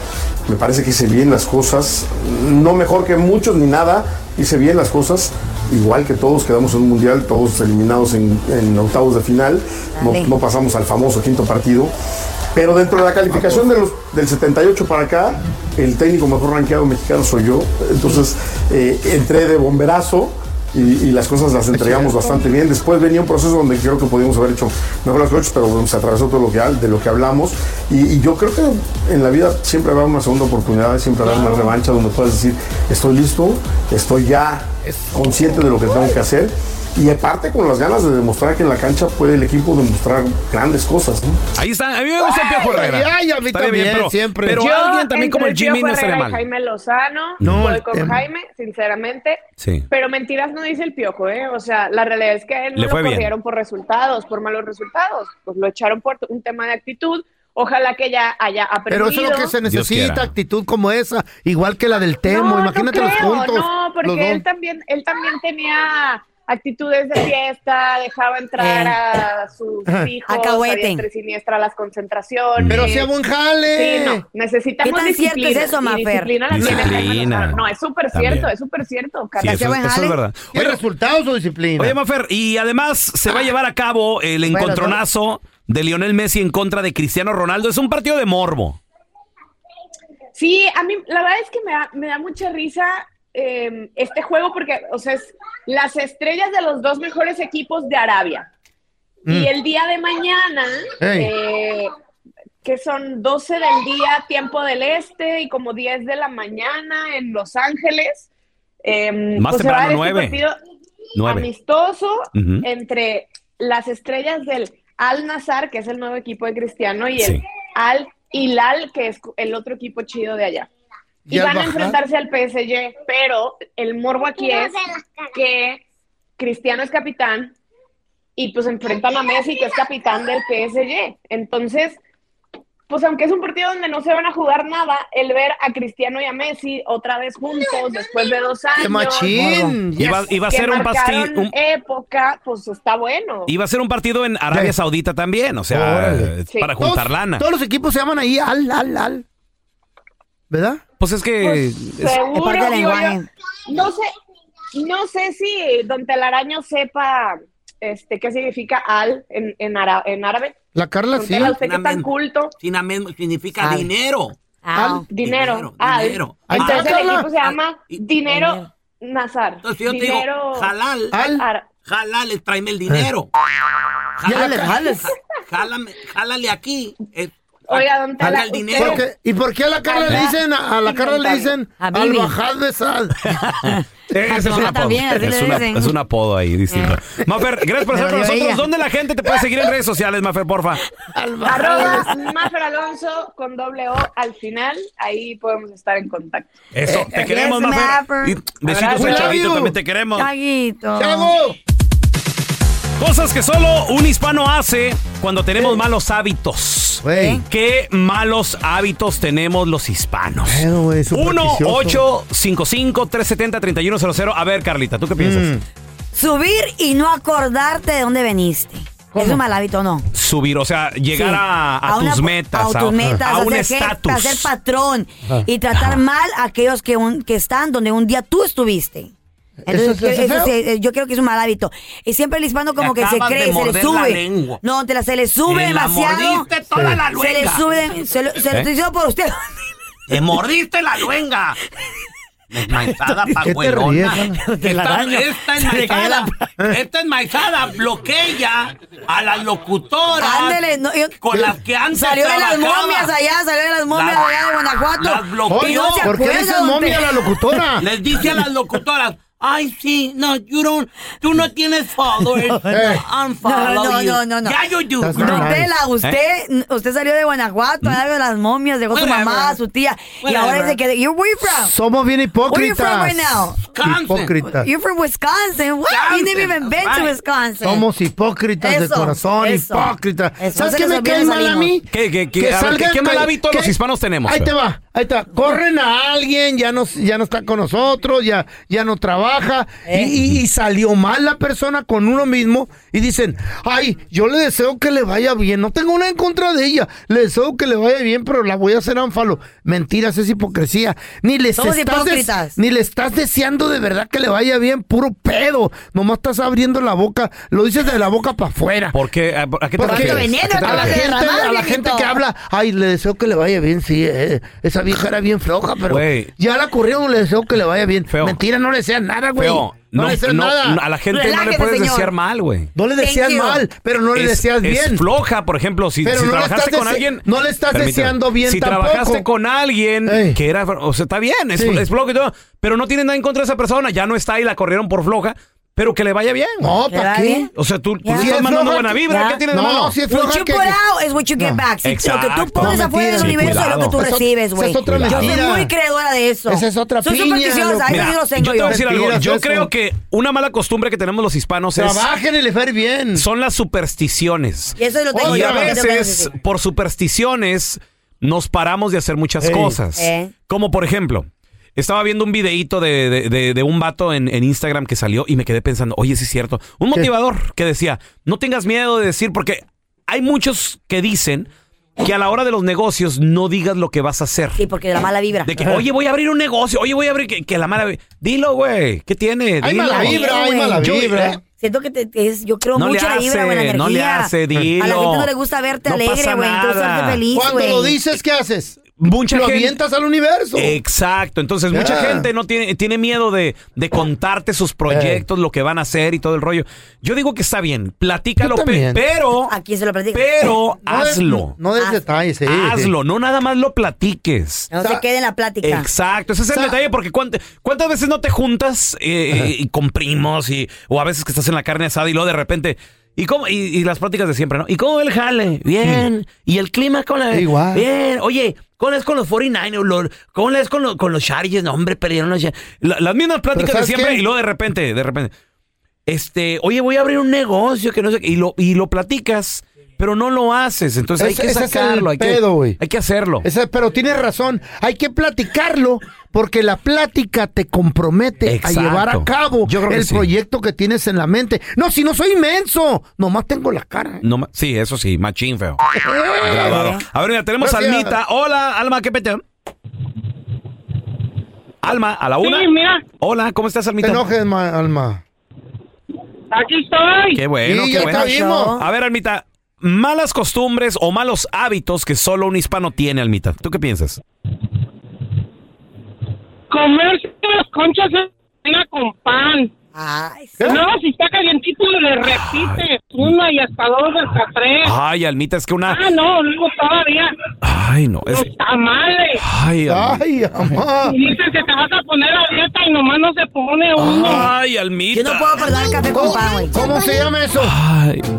Speaker 12: Me parece que hice bien las cosas. No mejor que muchos ni nada. Hice bien las cosas. Igual que todos quedamos en un mundial, todos eliminados en, en octavos de final. No,
Speaker 13: Dale.
Speaker 12: no pasamos al famoso quinto partido. Pero dentro de la calificación de los, del 78 para acá, el técnico mejor rankeado mexicano soy yo. Entonces eh, entré de bomberazo y, y las cosas las entregamos bastante bien. Después venía un proceso donde creo que podíamos haber hecho mejor las cosas, pero bueno, se atravesó todo lo que, ha- de lo que hablamos. Y, y yo creo que en la vida siempre habrá una segunda oportunidad, siempre habrá una revancha donde puedas decir, estoy listo, estoy ya consciente de lo que tengo que hacer. Y aparte con las ganas de demostrar que en la cancha puede el equipo demostrar grandes cosas. ¿no?
Speaker 2: Ahí está, a mí me gusta el Piojo Herrera.
Speaker 4: Ay, ay, a mí
Speaker 2: Está bien,
Speaker 4: también,
Speaker 2: pero-
Speaker 4: siempre.
Speaker 2: Pero
Speaker 11: Yo
Speaker 2: alguien también como el
Speaker 11: entre
Speaker 2: Jimmy
Speaker 11: Piojo
Speaker 2: no estaría
Speaker 11: Herrera y
Speaker 2: mal.
Speaker 11: Jaime Lozano,
Speaker 2: No,
Speaker 11: voy
Speaker 2: el
Speaker 4: em-
Speaker 11: con
Speaker 2: tema-
Speaker 11: Jaime, sinceramente.
Speaker 2: Sí.
Speaker 11: Pero mentiras no dice el piojo, ¿eh? O sea, la realidad es que a él no
Speaker 2: Le
Speaker 11: lo
Speaker 2: fue bien.
Speaker 11: corrieron por resultados, por malos resultados. Pues lo echaron por un tema de actitud. Ojalá que ya haya aprendido.
Speaker 4: Pero eso es lo que se
Speaker 2: Dios
Speaker 4: necesita,
Speaker 2: quiera.
Speaker 4: actitud como esa, igual que la del Temo, imagínate los
Speaker 11: creo,
Speaker 4: juntos.
Speaker 11: No, porque
Speaker 4: los dos.
Speaker 11: él también, él también tenía actitudes de fiesta, dejaba entrar a sus
Speaker 4: Eh. Ajá.
Speaker 11: hijos a
Speaker 3: Acahuete.
Speaker 11: diestra y siniestra a las concentraciones.
Speaker 4: Pero hacía buen jale.
Speaker 11: Sí, no, necesitamos
Speaker 3: ¿Qué tan cierto
Speaker 11: disciplina.
Speaker 3: es eso,
Speaker 11: y
Speaker 3: Mafer?
Speaker 11: disciplina la tiene
Speaker 2: Disciplina.
Speaker 11: Jaime Lozano. No, es súper
Speaker 2: También.
Speaker 11: cierto, es súper cierto.
Speaker 2: Sí,
Speaker 11: Carla,
Speaker 2: eso,
Speaker 11: ¿qué buen
Speaker 2: eso
Speaker 11: jale?
Speaker 2: es verdad.
Speaker 4: ¿Qué resultados o disciplina? Ah.
Speaker 2: Oye, Mafer, y además se va a llevar a cabo el
Speaker 4: Bueno,
Speaker 2: encontronazo de Lionel Messi en contra de Cristiano Ronaldo. Es un partido de morbo.
Speaker 11: Sí, a mí la verdad es que me da, me da mucha risa eh, este juego porque, o sea, es las estrellas de los dos mejores equipos de Arabia.
Speaker 14: Mm.
Speaker 11: Y el día de mañana,
Speaker 14: Ey.
Speaker 11: eh, que son 12 del día, tiempo del este, y como 10 de la mañana en Los Ángeles. eh,
Speaker 2: Más
Speaker 11: pues se va a dar
Speaker 2: temprano,
Speaker 11: este
Speaker 2: nueve.
Speaker 11: partido
Speaker 2: Nueve.
Speaker 11: amistoso
Speaker 2: Ujú.
Speaker 11: entre las estrellas del Al Nazar, que es el nuevo equipo de Cristiano, y el
Speaker 2: Sí.
Speaker 11: Al Hilal, que es el otro equipo chido de allá.
Speaker 14: ¿Y
Speaker 11: Y,
Speaker 14: al
Speaker 11: van a
Speaker 14: Bajar?
Speaker 11: enfrentarse al PSG, pero el morbo aquí es que Cristiano es capitán y pues enfrentan a Messi, que es capitán del PSG. Entonces, pues aunque es un partido donde no se van a jugar nada, el ver a Cristiano y a Messi otra vez juntos después de dos años.
Speaker 2: machín!
Speaker 11: que-
Speaker 2: Iba- iba a
Speaker 11: que
Speaker 2: ser un pasti-
Speaker 11: marcaron
Speaker 2: un-
Speaker 11: época, pues está bueno.
Speaker 2: Y va a ser un partido en Arabia
Speaker 4: Ya.
Speaker 2: Saudita también, o sea,
Speaker 4: Órale.
Speaker 11: Sí.
Speaker 2: para juntar
Speaker 4: Todos-
Speaker 2: lana.
Speaker 4: Todos los equipos se llaman ahí al, al, al. ¿Verdad?
Speaker 2: Pues es que es-
Speaker 11: Seguro,
Speaker 3: parte del
Speaker 11: digo yo.
Speaker 3: lenguaje.
Speaker 11: no sé, no sé si Don Telaraño sepa este qué significa al en, en, ara- en árabe.
Speaker 4: La Carla
Speaker 11: Don
Speaker 4: sí.
Speaker 11: Tela, usted que es tan culto.
Speaker 9: significa dinero.
Speaker 4: Ah,
Speaker 2: Ah,
Speaker 11: Al. Dinero. Al.
Speaker 9: dinero.
Speaker 4: Ahí está,
Speaker 11: Entonces el
Speaker 4: Carla.
Speaker 11: equipo se llama Dinero Nazar.
Speaker 9: Entonces yo te digo,
Speaker 11: dinero
Speaker 9: jalal.
Speaker 11: Ara-
Speaker 9: Jalales, tráeme el dinero.
Speaker 4: Eh. Jálales, jálales.
Speaker 9: Jálame, jálale aquí. eh,
Speaker 11: Oiga, don
Speaker 9: saca
Speaker 11: Tela,
Speaker 9: el
Speaker 11: usted-
Speaker 9: dinero.
Speaker 4: ¿Por qué- ¿Y por qué a la Carla le
Speaker 9: Habla
Speaker 4: dicen, a, a la Carla le dicen al
Speaker 9: Bibi.
Speaker 4: bajad de sal?
Speaker 2: Eh, Ese es,
Speaker 4: A tu
Speaker 2: un
Speaker 4: mamá
Speaker 2: apodo.
Speaker 4: también, así
Speaker 2: es,
Speaker 4: le
Speaker 2: una-
Speaker 4: dicen. Eh.
Speaker 2: es un apodo ahí distinto. Mafer, gracias por
Speaker 4: Me
Speaker 2: estar
Speaker 4: dolió
Speaker 2: con nosotros.
Speaker 4: ella.
Speaker 2: ¿Dónde la gente te puede seguir en redes sociales, Mafer, porfa?
Speaker 11: Arroba Mafer Alonso con doble O al final. Ahí podemos estar en contacto.
Speaker 2: Eso,
Speaker 4: Eh,
Speaker 2: te queremos,
Speaker 11: yes,
Speaker 2: Mafer.
Speaker 11: Mafer.
Speaker 2: Y besitos
Speaker 11: Abrazo.
Speaker 2: al
Speaker 11: We love
Speaker 2: chavito,
Speaker 11: you.
Speaker 2: también te queremos.
Speaker 3: Chaguito.
Speaker 2: Cosas que solo un hispano hace cuando tenemos malos hábitos. ¿Eh? ¿Qué malos hábitos tenemos los hispanos?
Speaker 4: supersticioso.
Speaker 2: 1-855-370-3100. A ver, Carlita, ¿tú qué piensas?
Speaker 3: Subir y no acordarte de dónde veniste. ¿Es un mal hábito o no?
Speaker 2: Subir, o sea, llegar
Speaker 3: Sí.
Speaker 2: a, a
Speaker 3: una-
Speaker 2: tus metas,
Speaker 3: a, tus metas,
Speaker 2: a un
Speaker 3: hacer jefe,
Speaker 2: estatus.
Speaker 3: a ser patrón
Speaker 14: Ah.
Speaker 2: Ajá.
Speaker 3: y tratar mal a aquellos que, un- que están donde un día tú estuviste. Entonces,
Speaker 14: ¿Eso se hace
Speaker 3: eso
Speaker 14: feo?
Speaker 3: se- eh, yo creo que es un mal hábito. Y siempre el hispano como
Speaker 14: Te
Speaker 3: que se
Speaker 14: acabas de
Speaker 3: cree, se le
Speaker 14: morder la
Speaker 3: sube.
Speaker 14: lengua.
Speaker 3: No, te la- se le sube
Speaker 14: Te la
Speaker 3: demasiado.
Speaker 14: mordiste toda la
Speaker 3: se le
Speaker 14: luenga.
Speaker 3: sube, se lo, se lo
Speaker 9: ¿Eh?
Speaker 3: estoy diciendo por usted.
Speaker 9: ¡Te mordiste la luenga! Desmaizada,
Speaker 3: ¿Qué te
Speaker 9: pajuelona.
Speaker 3: ríes, Ana?
Speaker 9: Esta,
Speaker 3: Telaraño.
Speaker 9: esta enmaizada, esta enmaizada, bloquea a las locutoras
Speaker 3: Ándale, no, yo-
Speaker 9: con las que antes
Speaker 3: Salió de las
Speaker 9: trabajaba.
Speaker 3: momias allá, salió de las momias
Speaker 9: Las-
Speaker 3: allá de Guanajuato.
Speaker 9: Las bloqueó.
Speaker 3: Y no se acuerda, don Tela.
Speaker 9: Les dice a las locutoras, ay, sí, no, you don't, tú no tienes followers.
Speaker 3: Eh.
Speaker 9: I'm
Speaker 3: No,
Speaker 9: follow
Speaker 3: no,
Speaker 9: you.
Speaker 3: no, no, no.
Speaker 9: Ya yo do. Eh?
Speaker 3: Don Tela, usted, usted salió de Guanajuato, allá de las momias, dejó a su
Speaker 9: Mm-hmm. Whatever.
Speaker 3: mamá, a su tía. Y
Speaker 9: Whatever.
Speaker 3: ahora dice que, you're where you from?
Speaker 4: Somos bien
Speaker 3: Where you from
Speaker 4: hipócritas.
Speaker 3: right now?
Speaker 4: Hipócritas.
Speaker 3: You're from Wisconsin. What? You never even been to Wisconsin.
Speaker 4: Somos hipócritas de
Speaker 3: Eso,
Speaker 4: corazón,
Speaker 3: eso.
Speaker 4: hipócritas.
Speaker 3: Eso,
Speaker 4: ¿Sabes qué
Speaker 3: no se les
Speaker 4: me
Speaker 3: olvide,
Speaker 4: cae mal a
Speaker 3: salimos.
Speaker 4: mí?
Speaker 2: ¿Qué, qué, qué?
Speaker 4: Que
Speaker 2: A ver,
Speaker 4: salgan
Speaker 2: ¿qué- qué mal
Speaker 4: calle-
Speaker 2: hábito
Speaker 4: que-
Speaker 2: los hispanos tenemos?
Speaker 4: Ahí te va, ahí está. Corren a alguien, ya no, ya no está con nosotros, ya, ya no trabaja.
Speaker 3: Eh.
Speaker 4: Y, y- y salió mal la persona con uno mismo. Y dicen, ay, yo le deseo que le vaya bien. No tengo nada en contra de ella. Le deseo que le vaya bien, pero la voy a hacer anfalo. Mentiras, es hipocresía. Ni les
Speaker 3: Somos
Speaker 4: estás des-
Speaker 3: hipócritas.
Speaker 4: ni le estás deseando de verdad que le vaya bien, puro pedo. Nomás estás abriendo la boca, lo dices de la boca para afuera.
Speaker 2: ¿Por qué? ¿A, a qué te
Speaker 4: Porque
Speaker 2: refieres?
Speaker 4: a la gente, a la gente que habla, ay, le deseo que le vaya bien, sí, eh, esa vieja era bien floja, pero
Speaker 2: Güey.
Speaker 4: ya la corrieron, le deseo que le vaya bien. Mentira, no le desean nada, güey.
Speaker 2: Feo,
Speaker 4: No,
Speaker 2: no,
Speaker 4: le desean
Speaker 2: no,
Speaker 4: nada.
Speaker 2: no, a la gente no le puedes desear mal, güey.
Speaker 4: No le
Speaker 2: Thank
Speaker 4: deseas
Speaker 2: you.
Speaker 4: mal, pero no le
Speaker 2: Es-
Speaker 4: deseas bien.
Speaker 2: Es floja, por ejemplo, si,
Speaker 4: Pero
Speaker 2: si
Speaker 4: no le
Speaker 2: trabajaste
Speaker 4: estás
Speaker 2: con
Speaker 4: dese-
Speaker 2: alguien.
Speaker 4: no le estás deseando bien
Speaker 2: Si
Speaker 4: tampoco.
Speaker 2: trabajaste con alguien que era. O sea, está bien, es,
Speaker 4: Sí.
Speaker 2: es flojo y todo, pero no tiene nada en contra de esa persona, ya no está ahí, la corrieron por floja, pero que le vaya bien.
Speaker 4: No, ¿para Que le vaya qué? bien.
Speaker 2: O sea, tú, tú
Speaker 4: Ya.
Speaker 2: le
Speaker 4: Si
Speaker 2: estás
Speaker 4: es
Speaker 2: mandando
Speaker 4: floja,
Speaker 2: buena vibra,
Speaker 4: ya.
Speaker 2: ¿qué tienes de
Speaker 4: No,
Speaker 2: malo?
Speaker 4: si es
Speaker 3: What you put out is what you get back. Si lo que tú
Speaker 2: Exacto.
Speaker 3: pones afuera del
Speaker 2: Sí,
Speaker 3: universo es lo que tú
Speaker 2: cuidado. Esa es-
Speaker 3: recibes, güey.
Speaker 2: esa es otra
Speaker 3: Yo soy
Speaker 2: mentira.
Speaker 3: muy creedora de eso.
Speaker 4: Esa es otra
Speaker 3: Soy
Speaker 4: piña,
Speaker 3: supersticiosa,
Speaker 4: loco.
Speaker 3: ahí
Speaker 4: Mira,
Speaker 3: sí los tengo
Speaker 2: Yo te
Speaker 3: yo.
Speaker 2: voy a decir algo.
Speaker 4: Mentiras,
Speaker 2: Yo
Speaker 4: eso.
Speaker 2: creo que una mala costumbre que tenemos los hispanos es.
Speaker 4: Trabajen y les va a ir bien.
Speaker 2: Son las supersticiones.
Speaker 3: Y eso lo tengo
Speaker 2: Y
Speaker 3: yo,
Speaker 2: a
Speaker 3: porque tengo
Speaker 2: veces,
Speaker 3: que-
Speaker 2: por supersticiones, nos paramos de hacer muchas
Speaker 3: Ey.
Speaker 2: cosas.
Speaker 3: Eh.
Speaker 2: Como por ejemplo. Estaba viendo un videíto de, de- de- de un vato en, en Instagram que salió y me quedé pensando, oye, sí es cierto. Un motivador que decía, no tengas miedo de decir, porque hay muchos que dicen que a la hora de los negocios no digas lo que vas a hacer.
Speaker 3: Sí, porque la mala vibra.
Speaker 2: De que, oye, voy a abrir un negocio, oye, voy a abrir que, que la mala vibra. Dilo, güey. ¿Qué tiene?
Speaker 3: Hay
Speaker 2: Dilo.
Speaker 3: mala vibra, hay mala
Speaker 2: Yo-
Speaker 3: vibra.
Speaker 2: eh,
Speaker 3: Siento que te- es- yo creo
Speaker 2: No le
Speaker 3: mucho en la vibra,
Speaker 2: hace,
Speaker 3: buena energía.
Speaker 2: no le hace,
Speaker 3: A la
Speaker 2: dilo.
Speaker 3: gente no le gusta verte
Speaker 2: No
Speaker 3: alegre,
Speaker 2: pasa
Speaker 3: güey. Tú
Speaker 2: nada.
Speaker 3: serte feliz,
Speaker 4: Cuando
Speaker 3: güey.
Speaker 4: lo dices, ¿qué haces?
Speaker 2: Mucha
Speaker 4: lo
Speaker 2: gente- Eh,
Speaker 4: avientas al universo.
Speaker 2: Exacto. Entonces,
Speaker 4: Ya. Eh.
Speaker 2: mucha gente no tiene, tiene miedo de, de contarte sus proyectos, lo que van a hacer y todo el rollo. Yo digo que está bien, platícalo, pe- pero
Speaker 3: Aquí se lo platica.
Speaker 2: pero
Speaker 3: No des-
Speaker 2: hazlo.
Speaker 4: No des detalles, sí,
Speaker 2: hazlo, no nada más lo platiques.
Speaker 3: No se quede en la plática.
Speaker 2: Exacto, ese es el
Speaker 3: Sa-
Speaker 2: detalle, porque cuánt- cuántas veces no te juntas eh, eh, y con primos y, o a veces que estás en la carne asada y luego de repente... ¿Y, cómo? Y, y las prácticas de siempre, ¿no? ¿Y cómo el jale? Bien. ¿Y el clima con la...
Speaker 4: Igual.
Speaker 2: Bien. Oye, ¿cómo es con los 49ers? Lo- ¿Cómo es con, lo- con los Chargers? No, hombre, perdieron los Chargers. La- las mismas pláticas de
Speaker 4: ¿sabes
Speaker 2: siempre
Speaker 4: qué?
Speaker 2: y luego de repente, de repente... Este, oye, voy a abrir un negocio que no sé qué", Y lo, y lo platicas, pero no lo haces. Entonces
Speaker 4: Ese-
Speaker 2: hay que
Speaker 4: ese es el
Speaker 2: sacarlo. hay que-
Speaker 4: pedo, güey.
Speaker 2: hay que hacerlo.
Speaker 4: Esa- pero tienes razón, hay que platicarlo porque la plática te compromete
Speaker 2: Exacto.
Speaker 4: a llevar a cabo
Speaker 2: Yo creo que
Speaker 4: el
Speaker 2: sí.
Speaker 4: proyecto que tienes en la mente. No, si no soy inmenso, nomás tengo la cara.
Speaker 2: No ma- sí, eso sí, machín feo. Grabado. A ver, mira, tenemos a
Speaker 4: Gracias.
Speaker 2: Almita. Hola, Alma, ¿qué peteo? Alma, a la
Speaker 4: Sí,
Speaker 2: una.
Speaker 4: mira.
Speaker 2: Hola, ¿cómo estás,
Speaker 4: Te
Speaker 2: Almita?
Speaker 4: enojes, ma- Alma.
Speaker 7: Aquí estoy.
Speaker 2: Qué bueno,
Speaker 4: Sí,
Speaker 2: qué
Speaker 4: ya
Speaker 2: bueno.
Speaker 4: te vimos.
Speaker 2: A ver, Almita, malas costumbres o malos hábitos que solo un hispano tiene, Almita. ¿Tú qué piensas?
Speaker 7: Comerse las conchas de avena con pan. No, si está calientito le repites una y hasta dos, hasta tres.
Speaker 2: Ay, Almita, es que una.
Speaker 7: Ah, no, luego todavía
Speaker 2: Ay, no. Es...
Speaker 7: los tamales.
Speaker 2: Ay, Almita.
Speaker 7: Y dicen que te vas a poner a dieta y nomás no se pone uno.
Speaker 2: Ay, Almita.
Speaker 4: Yo no
Speaker 3: puedo perdonar café con pan, güey.
Speaker 4: ¿Cómo se llama eso?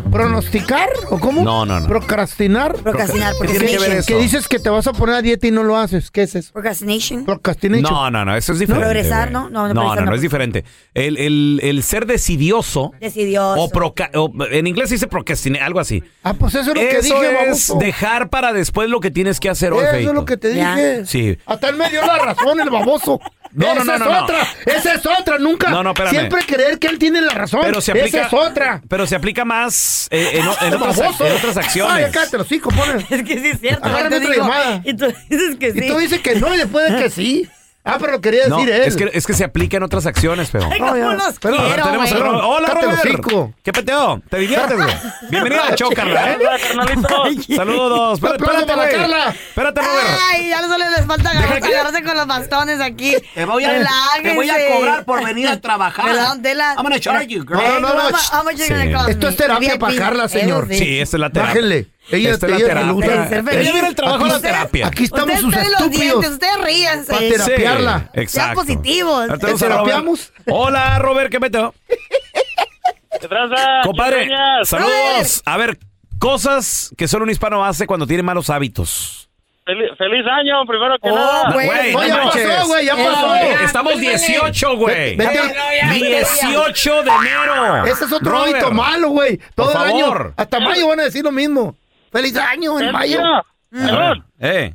Speaker 4: ¿Pronosticar? ¿O cómo?
Speaker 2: No, no, no.
Speaker 4: ¿Procrastinar?
Speaker 3: Procrastinar,
Speaker 4: ¿Qué tiene que ver
Speaker 3: procrastination.
Speaker 4: eso? Que dices que te vas a poner a dieta y no lo haces. ¿Qué es eso?
Speaker 3: Procrastination.
Speaker 4: Procrastination.
Speaker 2: No, no, no, eso es diferente.
Speaker 3: Progresar,
Speaker 2: güey.
Speaker 3: ¿no? No, no,
Speaker 2: no,
Speaker 3: progresar, no.
Speaker 2: es diferente. El, el- el ser decidioso.
Speaker 3: Decidió.
Speaker 2: O, proca- o- en inglés se dice procrastinar, algo así.
Speaker 4: Ah, pues eso es lo que
Speaker 2: Eso
Speaker 4: dije,
Speaker 2: es
Speaker 4: baboso.
Speaker 2: dejar para después lo que tienes que hacer hoy,
Speaker 4: Eso
Speaker 2: feíto.
Speaker 4: es lo que te
Speaker 2: Ya.
Speaker 4: dije.
Speaker 2: Sí.
Speaker 4: Oh, Hasta él me dio la razón, el baboso.
Speaker 2: No, no,
Speaker 4: Esa
Speaker 2: no, no,
Speaker 4: es
Speaker 2: no.
Speaker 4: otra. Esa es otra. Nunca.
Speaker 2: No, no, espérame.
Speaker 4: Siempre creer que él tiene la razón.
Speaker 2: Pero se aplica,
Speaker 4: Esa es otra.
Speaker 2: Pero se aplica más eh, en, o- en otras,
Speaker 4: Baboso.
Speaker 2: en otras
Speaker 4: Ay,
Speaker 2: acciones.
Speaker 4: acá te los cinco, ponen.
Speaker 3: Es que sí es cierto.
Speaker 4: Agárrame
Speaker 3: te
Speaker 4: otra
Speaker 3: digo.
Speaker 4: llamada.
Speaker 3: Y tú dices que sí.
Speaker 4: Y tú dices que no y después de que sí.
Speaker 5: Ah, pero lo quería
Speaker 2: No,
Speaker 5: decir él.
Speaker 2: es que, es que se aplican otras acciones, feo.
Speaker 5: Ay, cómo los
Speaker 2: Pero
Speaker 5: quiero,
Speaker 2: ahora tenemos a
Speaker 5: güey.
Speaker 2: Ro- Hola,
Speaker 5: Cállate el
Speaker 2: Robert. ¿Qué peteo? ¿Te diviertes, güey? Bienvenida a la show, Carla, ¿eh?
Speaker 13: Hola, carnalito.
Speaker 2: Saludos.
Speaker 13: Un
Speaker 2: Espérate,
Speaker 13: aplauso
Speaker 2: espérate,
Speaker 13: para
Speaker 2: güey.
Speaker 13: Carla.
Speaker 2: Espérate, Robert.
Speaker 4: Ah.
Speaker 13: Ay, ya solo les falta agarrarse, agarrarse con los bastones aquí.
Speaker 9: Te voy
Speaker 4: Eh.
Speaker 9: a-
Speaker 13: Relájense.
Speaker 9: te voy a cobrar por venir a trabajar.
Speaker 13: ¿Verdad, don Tela?
Speaker 9: I'm gonna charge you, girl.
Speaker 13: Hey,
Speaker 9: No, no, no,
Speaker 13: how mu-
Speaker 9: shh.
Speaker 13: how much you gonna
Speaker 9: Sí.
Speaker 13: cost
Speaker 9: Esto
Speaker 13: me?
Speaker 9: es terapia para Carla,
Speaker 13: Eso
Speaker 9: señor.
Speaker 2: Sí, esta es la terapia.
Speaker 5: Bájenle. Ella-
Speaker 2: esta es la
Speaker 5: ella
Speaker 2: terapia.
Speaker 5: le gusta ser feliz.
Speaker 2: Ella viene el trabajo a la
Speaker 5: Ustedes-
Speaker 2: terapia.
Speaker 5: aquí está- Estamos
Speaker 13: ustedes
Speaker 5: sus
Speaker 13: traen los
Speaker 5: estúpidos.
Speaker 13: dientes, ustedes ríanse.
Speaker 2: Sí,
Speaker 13: Sean
Speaker 2: exacto.
Speaker 13: positivos.
Speaker 2: Ahora
Speaker 5: este,
Speaker 2: tenemos a Robert. Hola, Robert, ¿qué peteo?
Speaker 13: ¿Qué traza?
Speaker 2: Compadre, saludos.
Speaker 13: Robert.
Speaker 2: A ver, cosas que solo un hispano hace cuando tiene malos hábitos.
Speaker 13: Feliz, año, primero
Speaker 5: Oh,
Speaker 2: que nada. güey, no manches. Eh, Estamos 18, güey.
Speaker 5: Vete- vete-
Speaker 2: 18 de enero.
Speaker 5: Ese es otro
Speaker 2: Robert.
Speaker 5: hábito malo, güey. Todo
Speaker 2: Por
Speaker 5: el año.
Speaker 2: favor.
Speaker 5: Hasta mayo van a decir lo mismo. ¡Feliz año en
Speaker 14: Eh,
Speaker 5: mayo!
Speaker 14: mira, perdón.
Speaker 2: Eh.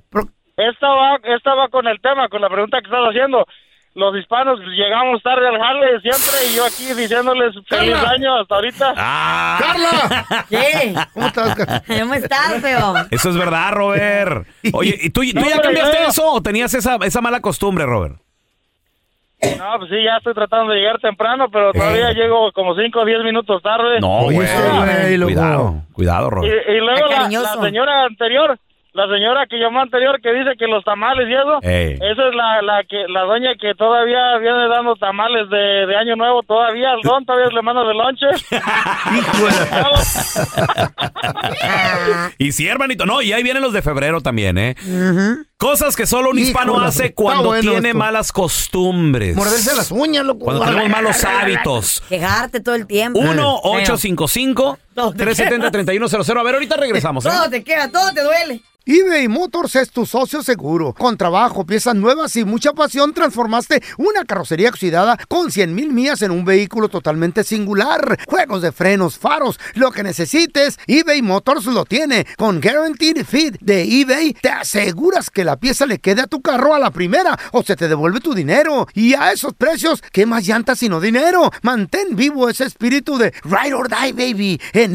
Speaker 14: Esta va, esta va con el tema, con la pregunta que estás haciendo. Los hispanos pues, llegamos tarde al jale siempre y yo aquí diciéndoles feliz año hasta ahorita.
Speaker 2: Ah.
Speaker 5: ¡Carla!
Speaker 13: ¿Qué?
Speaker 5: ¿Cómo estás?
Speaker 13: ¿Cómo estás, feo?
Speaker 2: Eso es verdad, Robert. Oye, ¿y tú, tú
Speaker 14: No,
Speaker 2: ya
Speaker 14: pero
Speaker 2: cambiaste
Speaker 14: yo-
Speaker 2: eso o tenías esa, esa mala costumbre, Robert?
Speaker 14: No, pues sí, ya estoy tratando de llegar temprano, pero todavía llego como 5 o 10 minutos tarde.
Speaker 2: Eh. No,
Speaker 14: Y-
Speaker 2: güey. Cuidado, cuidado,
Speaker 14: Y,
Speaker 2: Robert.
Speaker 14: luego
Speaker 13: Está
Speaker 14: la,
Speaker 13: cariñoso.
Speaker 14: la señora anterior, la señora que llamó anterior que dice que los tamales y eso,
Speaker 2: Ey.
Speaker 14: esa es la, la que la doña que todavía viene dando tamales de, de año nuevo todavía, al don todavía le manda de lonche.
Speaker 2: Y sí, hermanito. No, y ahí vienen los de febrero también, ¿eh? Cosas que solo un hispano
Speaker 5: Híjole,
Speaker 2: hace
Speaker 5: está
Speaker 2: cuando
Speaker 5: bueno
Speaker 2: tiene
Speaker 5: esto.
Speaker 2: malas costumbres.
Speaker 5: Morderse las uñas, loco.
Speaker 2: Cuando tenemos malos hábitos.
Speaker 13: Quejarte todo el tiempo. Feo.
Speaker 2: 1-855-370-3100. A ver, ahorita regresamos. ¿eh?
Speaker 13: Todo te queda, todo te duele.
Speaker 4: eBay Motors es tu socio seguro. Con trabajo, piezas nuevas y mucha pasión, transformaste una carrocería oxidada con 100 mil millas en un vehículo totalmente singular. Juegos de frenos, faros, lo que necesites, eBay Motors lo tiene. Con Guaranteed Fit de eBay, te aseguras que la pieza le quede a tu carro a la primera o se te devuelve tu dinero. Y a esos precios, ¿qué más llantas sino dinero? Mantén vivo ese espíritu de Ride or Die, baby, en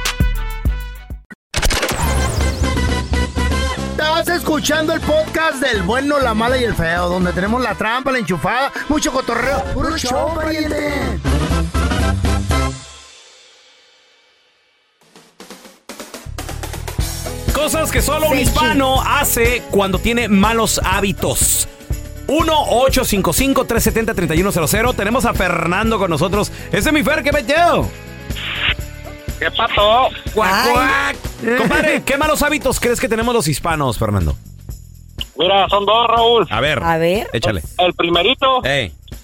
Speaker 5: Estás escuchando el podcast del bueno, la mala y el feo, donde tenemos la trampa, la enchufada, mucho cotorreo. ¡Puro show, pariente!
Speaker 2: Cosas que solo un
Speaker 5: Sí,
Speaker 2: hispano hace cuando tiene malos hábitos. 1-855-370-3100. Tenemos a Fernando con nosotros. Ese es mi Fer, ¿qué peteo?
Speaker 15: ¡Qué pato!
Speaker 2: Cuac, cuac. Compadre, ¿qué malos hábitos crees que tenemos los hispanos, Fernando?
Speaker 15: Mira, son dos, Raúl.
Speaker 2: A ver.
Speaker 15: A ver.
Speaker 2: Échale.
Speaker 15: El primerito,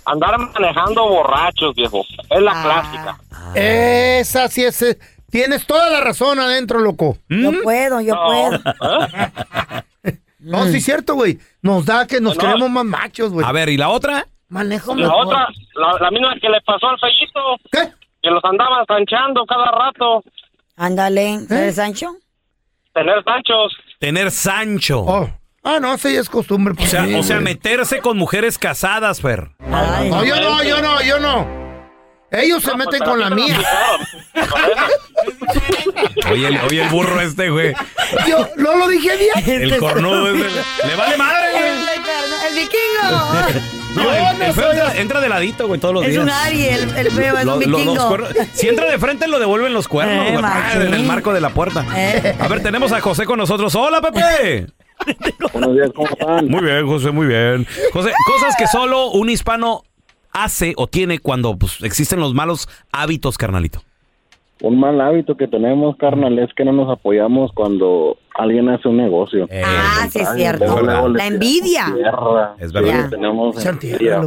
Speaker 15: andar manejando borrachos, viejo. Es la clásica.
Speaker 5: Esa sí es. eh, Tienes toda la razón adentro, loco.
Speaker 2: ¿Mm?
Speaker 13: Yo puedo, yo puedo.
Speaker 5: No, sí es cierto, güey. Nos da que nos
Speaker 15: No.
Speaker 5: queremos más machos, güey.
Speaker 2: A ver, ¿y la otra?
Speaker 5: Manejo
Speaker 15: La
Speaker 5: mejor.
Speaker 15: otra, la, la misma que le pasó al fellito.
Speaker 5: ¿Qué?
Speaker 15: Que los andaban sanchando cada rato.
Speaker 13: Ándale,
Speaker 5: ¿Eh?
Speaker 13: ¿sabes, Sancho?
Speaker 15: Tener sanchos.
Speaker 2: Tener Sancho.
Speaker 5: Ah, no, sí es costumbre.
Speaker 2: O sea,
Speaker 5: Sí,
Speaker 2: o sea,
Speaker 5: güey.
Speaker 2: meterse con mujeres casadas, Fer.
Speaker 5: No, yo no, yo no, yo no. Ellos se meten
Speaker 2: pues,
Speaker 5: con la mía.
Speaker 2: Oye, el, oye el burro este, güey.
Speaker 5: Yo no lo dije bien.
Speaker 2: El cornudo este. Le vale madre, güey.
Speaker 13: El vikingo.
Speaker 2: No, el, el feo entra, entra de ladito, güey, todos los
Speaker 13: Es
Speaker 2: días.
Speaker 13: un Ari, el- el feo, es un vikingo.
Speaker 2: los cuernos- si entra de frente, lo devuelven los cuernos,
Speaker 13: Eh,
Speaker 2: güey,
Speaker 13: machín.
Speaker 2: en el marco de la puerta. A ver, tenemos a José con nosotros. ¡Hola, Pepe! Buenos días, ¿cómo están? Muy bien, José, muy bien. José, cosas que solo un hispano hace o tiene cuando pues, existen los malos hábitos, carnalito.
Speaker 16: Un mal hábito que tenemos, carnal, es que no nos apoyamos cuando alguien hace un negocio.
Speaker 3: ah, sí, es cierto. La
Speaker 13: Ah.
Speaker 3: envidia.
Speaker 16: Es
Speaker 3: verdad.
Speaker 16: Tenemos
Speaker 3: Se
Speaker 16: envidia.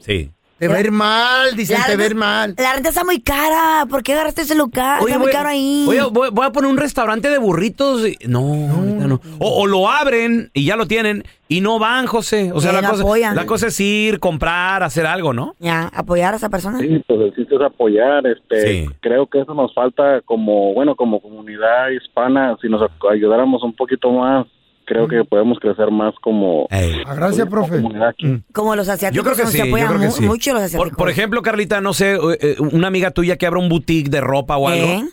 Speaker 2: Sí.
Speaker 4: Te va a ir mal, dicen,
Speaker 3: La
Speaker 4: te va a ir
Speaker 3: renta-
Speaker 4: mal.
Speaker 3: La renta está muy cara. ¿Por qué agarraste ese lugar? Ah, está muy
Speaker 2: voy-
Speaker 3: caro ahí.
Speaker 2: oye, voy, voy a poner un restaurante de burritos. y- No, ahorita no. O, o lo abren y ya lo tienen y no van, José. O sea,
Speaker 3: Eh,
Speaker 2: la
Speaker 3: no
Speaker 2: cosa,
Speaker 3: apoyan.
Speaker 2: la cosa es ir, comprar, hacer algo, ¿no?
Speaker 3: Ya, apoyar a esa persona.
Speaker 16: Sí, pues el sitio es apoyar, este, creo que eso nos falta como, bueno, como comunidad hispana, si nos ayudáramos un poquito más, creo
Speaker 3: Mm.
Speaker 16: que podemos crecer más como...
Speaker 5: Ah,
Speaker 4: Gracias, profe.
Speaker 3: Como los asiáticos.
Speaker 2: Yo creo que
Speaker 3: no Se
Speaker 2: sí, yo
Speaker 3: apoyan
Speaker 2: creo que
Speaker 3: mu-
Speaker 2: sí.
Speaker 3: mucho los asiáticos.
Speaker 2: Por, por ejemplo, Carlita, no sé, eh, eh, una amiga tuya que abra un boutique de ropa o algo.
Speaker 3: ¿Eh?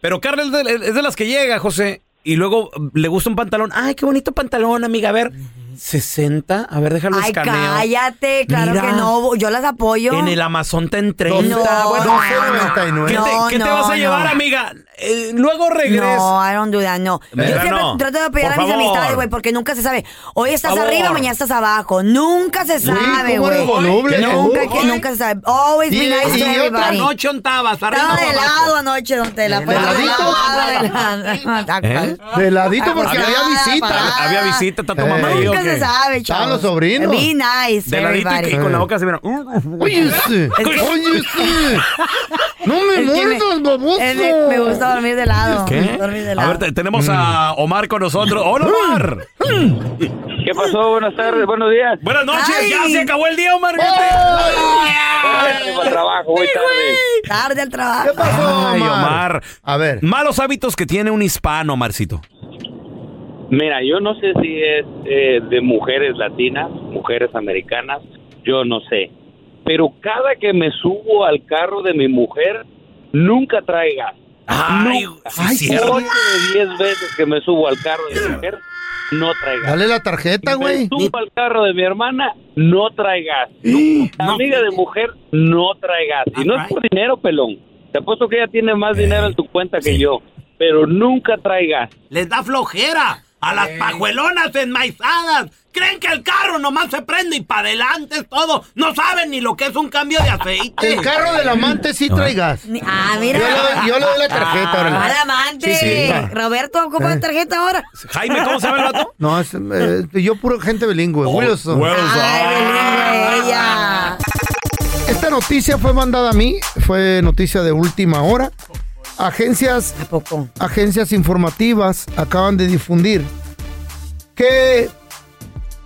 Speaker 2: Pero Carla es de, es de las que llega, José, y luego mm, le gusta un pantalón. Ay, qué bonito pantalón, amiga. A ver, 60. A ver, déjalo
Speaker 3: Ay,
Speaker 2: escaneo.
Speaker 3: cállate. Claro
Speaker 2: Mira.
Speaker 3: que no. Yo las apoyo.
Speaker 2: En el Amazon te entrega.
Speaker 3: No, no,
Speaker 2: ¿Qué, te,
Speaker 3: no,
Speaker 2: qué te
Speaker 3: no,
Speaker 2: vas a llevar,
Speaker 3: no.
Speaker 2: amiga? Eh, luego regresas.
Speaker 3: No, I don't do that, no. Yo
Speaker 2: ¿Verdad?
Speaker 3: siempre
Speaker 2: No.
Speaker 3: trato de apoyar
Speaker 2: Por
Speaker 3: a mis
Speaker 2: favor.
Speaker 3: amistades, güey, porque nunca se sabe. Hoy estás
Speaker 2: Por favor.
Speaker 3: arriba, mañana estás abajo. Nunca se sabe,
Speaker 2: ¿cómo
Speaker 3: güey.
Speaker 2: eres voluble?
Speaker 3: Nunca,
Speaker 2: Hoy.
Speaker 3: que- nunca se sabe. Always be
Speaker 2: Y-
Speaker 3: nice
Speaker 2: y
Speaker 3: to
Speaker 2: otra
Speaker 3: everybody.
Speaker 2: noche ontabas, arriba
Speaker 3: Estaba de
Speaker 2: o abajo.
Speaker 3: lado anoche, don Tela. Fue de lado, de lado.
Speaker 2: ¿Eh?
Speaker 4: De
Speaker 3: Ah,
Speaker 4: ladito porque
Speaker 2: Había-
Speaker 4: había visita.
Speaker 2: Ha- Había visita, está tu
Speaker 4: Eh.
Speaker 2: mamá. ahí,
Speaker 3: Nunca
Speaker 2: ¿o
Speaker 3: se
Speaker 2: qué?
Speaker 3: sabe, chavos.
Speaker 4: Estaban los sobrinos.
Speaker 3: Be nice,
Speaker 2: De ladito y-
Speaker 3: everybody.
Speaker 2: y, con la boca se vieron.
Speaker 4: Oye, sí. Oye, sí. No me
Speaker 3: Es que me-
Speaker 4: muerdas, baboso.
Speaker 3: es de- me gusta dormir de lado.
Speaker 2: ¿Qué?
Speaker 3: Dormir de
Speaker 2: A
Speaker 3: lado.
Speaker 2: ver, te- tenemos a Omar con nosotros. ¡Hola, Omar!
Speaker 14: ¿Qué pasó? Buenas tardes, buenos días.
Speaker 2: Buenas noches,
Speaker 3: Ay.
Speaker 2: ya se acabó el día, Omar.
Speaker 14: Para el trabajo, voy tarde.
Speaker 3: Tarde al trabajo. ¿Qué
Speaker 2: Ay, Omar. A ver. Malos hábitos que tiene un hispano, Omarcito.
Speaker 17: Mira, yo no sé si es eh, de mujeres latinas, mujeres americanas, yo no sé. Pero cada que me subo al carro de mi mujer, nunca trae gas.
Speaker 2: Ay,
Speaker 4: cierto.
Speaker 17: Ocho de diez veces que me subo al carro de mi mujer, no trae gas.
Speaker 4: Dale la tarjeta,
Speaker 17: Me
Speaker 4: güey.
Speaker 17: subo al carro de mi hermana, no trae gas. Nunca. Amiga de mujer, no trae gas. Y no es por dinero, pelón. Te apuesto que ella tiene más dinero en tu cuenta que yo, pero nunca trae gas.
Speaker 9: Les da flojera a las pajuelonas enmaizadas. Creen que el carro nomás se prende y para adelante es todo. No saben ni lo que es un cambio de aceite.
Speaker 4: El carro del amante sí trae gas.
Speaker 3: Ah, mira.
Speaker 4: Yo le doy- yo le doy la tarjeta, órale.
Speaker 13: Ah,
Speaker 3: Al amante.
Speaker 4: Sí, sí.
Speaker 3: Roberto, ocupa
Speaker 4: Eh.
Speaker 3: tarjeta ahora.
Speaker 2: Jaime, ¿cómo se llama el vato? Oh,
Speaker 4: No, es, eh, yo puro gente bilingüe. Wilson. Esta noticia fue mandada a mí, fue noticia de última hora. Agencias, agencias informativas acaban de difundir que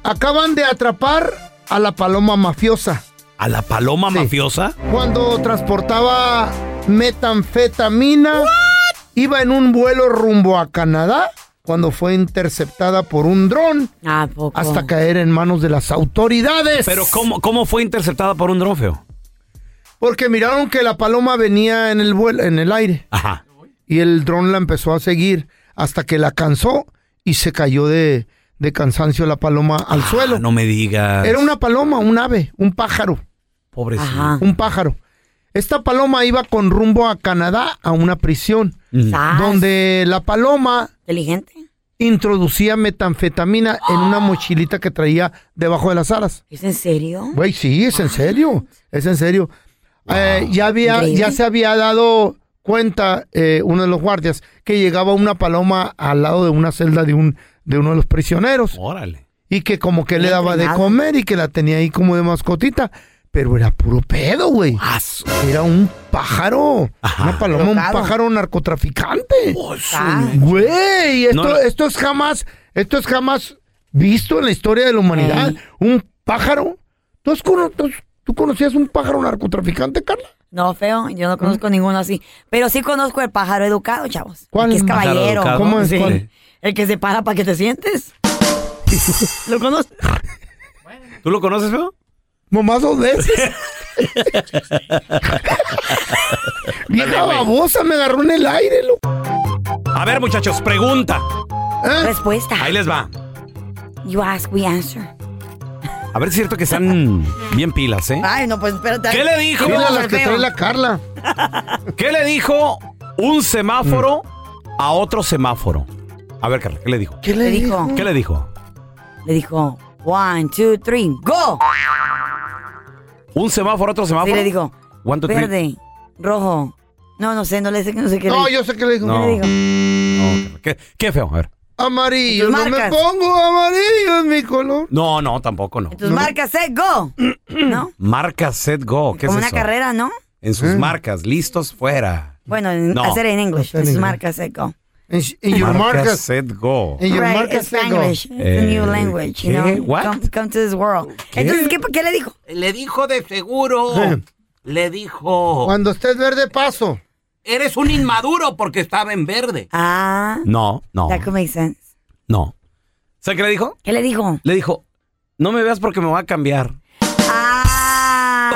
Speaker 4: acaban de atrapar a la paloma mafiosa
Speaker 9: Ah,
Speaker 2: ¿A la paloma mafiosa?
Speaker 4: cuando transportaba metanfetamina. Iba en un vuelo rumbo a Canadá cuando fue interceptada por un dron hasta caer en manos de las autoridades.
Speaker 2: Pero ¿cómo, cómo fue interceptada por un trofeo?
Speaker 4: Porque miraron que la paloma venía en el vuelo, en el aire.
Speaker 2: Ajá.
Speaker 4: Y el dron la empezó a seguir hasta que la cansó y se cayó de, de cansancio la paloma al
Speaker 9: Ah,
Speaker 4: suelo.
Speaker 2: No me digas.
Speaker 4: Era una paloma, un ave, un pájaro.
Speaker 2: Pobrecito.
Speaker 4: Un pájaro. Esta paloma iba con rumbo a Canadá a una prisión
Speaker 2: Sas.
Speaker 4: donde la paloma
Speaker 3: inteligente
Speaker 4: introducía metanfetamina en una mochilita que traía debajo de las alas.
Speaker 3: ¿Es en serio?
Speaker 4: Güey, sí, es en serio, es en serio. Eh, ya había,
Speaker 3: Increíble.
Speaker 4: ya se había dado cuenta eh, uno de los guardias que llegaba una paloma al lado de una celda de un de uno de los prisioneros.
Speaker 2: Órale.
Speaker 4: Y que como que le
Speaker 2: Bien
Speaker 4: daba de
Speaker 2: entrenado.
Speaker 4: comer y que la tenía ahí como de mascotita, pero era puro pedo, güey.
Speaker 2: Ah,
Speaker 4: Era un pájaro, una paloma, un
Speaker 2: Drogado.
Speaker 4: pájaro narcotraficante.
Speaker 2: Ah.
Speaker 4: Güey, esto,
Speaker 2: No, no.
Speaker 4: esto es jamás, esto es jamás visto en la historia de la humanidad. Un pájaro. ¿Tú, has cono- tú- tú conocías un pájaro narcotraficante, Carla?
Speaker 3: No, feo, yo no conozco ninguno así. Pero sí conozco el pájaro educado, chavos.
Speaker 4: ¿Cuál?
Speaker 3: El que es
Speaker 4: ¿Pájaro
Speaker 3: caballero.
Speaker 4: educado? ¿Cómo es?
Speaker 3: Sí.
Speaker 4: ¿Cuál?
Speaker 3: El que se para para que te sientes. ¿Lo conoces?
Speaker 2: ¿Tú lo conoces, feo?
Speaker 4: Nomás dos veces. Vieja babosa, me agarró en el aire, loco.
Speaker 2: A ver, muchachos, pregunta.
Speaker 3: Respuesta.
Speaker 2: Ahí les va.
Speaker 3: You ask, we answer.
Speaker 2: A ver si es cierto que están bien pilas, ¿eh?
Speaker 3: Ay, no, pues espérate.
Speaker 2: ¿Qué le dijo?
Speaker 3: Mira las
Speaker 2: que trae la
Speaker 4: Carla.
Speaker 2: ¿Qué le dijo un semáforo a otro semáforo? A ver, Carla, ¿qué le dijo?
Speaker 3: ¿Qué le dijo?
Speaker 2: ¿Qué le dijo?
Speaker 3: Le dijo, one, two, three, go.
Speaker 2: ¿Un semáforo a otro semáforo?
Speaker 3: Sí, le dijo.
Speaker 2: One, two, three.
Speaker 3: Verde, rojo, No, no sé, no le sé, no sé qué
Speaker 15: No,
Speaker 3: le
Speaker 15: yo sé qué le digo.
Speaker 11: No.
Speaker 3: ¿Qué le digo?
Speaker 11: No, qué, qué feo, a ver.
Speaker 15: Amarillo,
Speaker 3: Tus
Speaker 15: no me
Speaker 3: marcas.
Speaker 15: pongo amarillo es mi color.
Speaker 11: No, no, tampoco no.
Speaker 3: Tus marcas, set, go. ¿No?
Speaker 11: Marcas set go, ¿qué
Speaker 3: Como
Speaker 11: es
Speaker 3: una
Speaker 11: eso?
Speaker 3: carrera, ¿no?
Speaker 11: En
Speaker 15: Ah.
Speaker 11: sus marcas, listos fuera.
Speaker 3: Bueno, en-
Speaker 11: No.
Speaker 3: hacer en inglés. En sus marcas, set, go.
Speaker 15: En your marcas.
Speaker 11: set eh, go.
Speaker 15: En your
Speaker 3: Right,
Speaker 15: marcas,
Speaker 3: it's
Speaker 15: set, go.
Speaker 3: English. It's a
Speaker 11: Eh,
Speaker 3: new language, you
Speaker 11: ¿qué?
Speaker 3: know.
Speaker 11: What?
Speaker 3: Come, come to this world.
Speaker 11: ¿Qué?
Speaker 3: Entonces, ¿qué, ¿qué le dijo?
Speaker 18: Le dijo de seguro. Le dijo.
Speaker 15: Cuando estés verde, paso.
Speaker 18: Eres un inmaduro porque estaba en verde.
Speaker 3: Ah.
Speaker 11: No, no,
Speaker 3: That could make sense.
Speaker 11: no. ¿Sabes qué le dijo?
Speaker 3: ¿Qué le dijo?
Speaker 11: Le dijo, no me veas porque me voy a cambiar.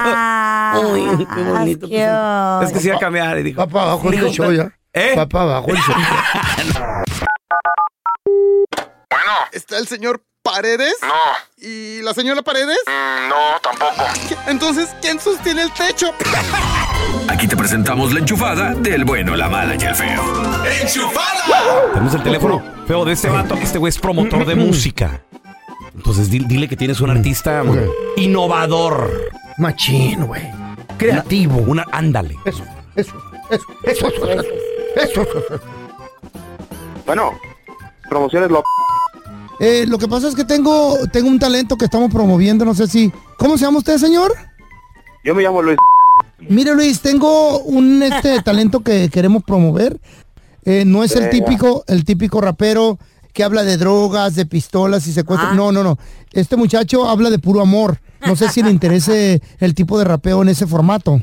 Speaker 3: Ah.
Speaker 11: Uy, qué
Speaker 3: bonito.
Speaker 11: Es que se iba a cambiar. Y dijo,
Speaker 15: Papá, abajo el
Speaker 11: Dijo,
Speaker 15: show ya.
Speaker 11: ¿Eh?
Speaker 15: Papá, abajo el show.
Speaker 19: Bueno. ¿Está el señor Paredes? No. ¿Y la señora Paredes? no, tampoco. Entonces, ¿quién sostiene el techo?
Speaker 20: Aquí te presentamos la enchufada del bueno, la mala y el feo.
Speaker 11: Tenemos el teléfono feo de este vato. Este güey es promotor
Speaker 2: Mm,
Speaker 11: de música. Entonces di- dile que tienes un artista innovador.
Speaker 15: Machín, güey.
Speaker 11: Creativo. Una, ándale.
Speaker 15: Eso, eso, eso, eso, eso, eso, eso, eso, eso.
Speaker 21: Bueno, promociones lo...
Speaker 4: Eh, lo que pasa es que tengo, tengo un talento que estamos promoviendo, no sé si... ¿Cómo se llama usted, señor?
Speaker 21: Yo me llamo Luis.
Speaker 4: Mire, Luis, tengo un este talento que queremos promover. Eh, no es el
Speaker 21: Venga.
Speaker 4: típico, el típico rapero que habla de drogas, de pistolas y
Speaker 21: Ah.
Speaker 4: secuestros. No, no, no. Este muchacho habla de puro amor. No sé si le interese el tipo de rapeo en ese formato.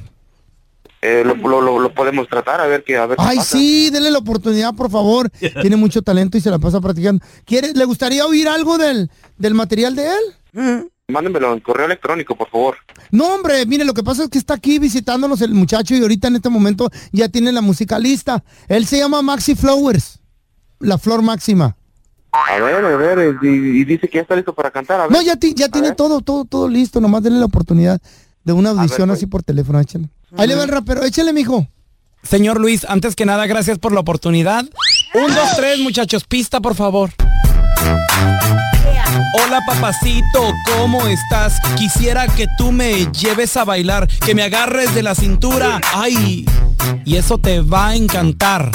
Speaker 21: Eh, lo, lo- lo- lo podemos tratar, a ver qué... A ver qué
Speaker 4: Ay,
Speaker 21: pasa.
Speaker 4: sí, dele la oportunidad, por favor. Tiene mucho talento y se la pasa practicando. ¿Quiere, ¿Le gustaría oír algo del, del material de él?
Speaker 21: Mm. Mándenmelo en correo electrónico, por favor.
Speaker 4: No, hombre, mire, lo que pasa es que está aquí visitándonos el muchacho y ahorita en este momento ya tiene la musicalista. Él se llama Maxi Flowers, la flor máxima.
Speaker 21: A ver, a ver, eh, y, y dice que ya está listo para cantar, a ver.
Speaker 4: No, ya, ti- ya tiene todo, todo, todo listo. Nomás denle la oportunidad de una
Speaker 21: ver,
Speaker 4: audición
Speaker 21: pues.
Speaker 4: así por teléfono, échale. Ahí le va el rapero, échale, mijo.
Speaker 2: Señor Luis, antes que nada, gracias por la oportunidad. Un, dos, tres, muchachos, pista, por favor. Hola papacito, ¿cómo estás? Quisiera que tú me lleves a bailar, que me agarres de la cintura. Ay, y eso te va a encantar.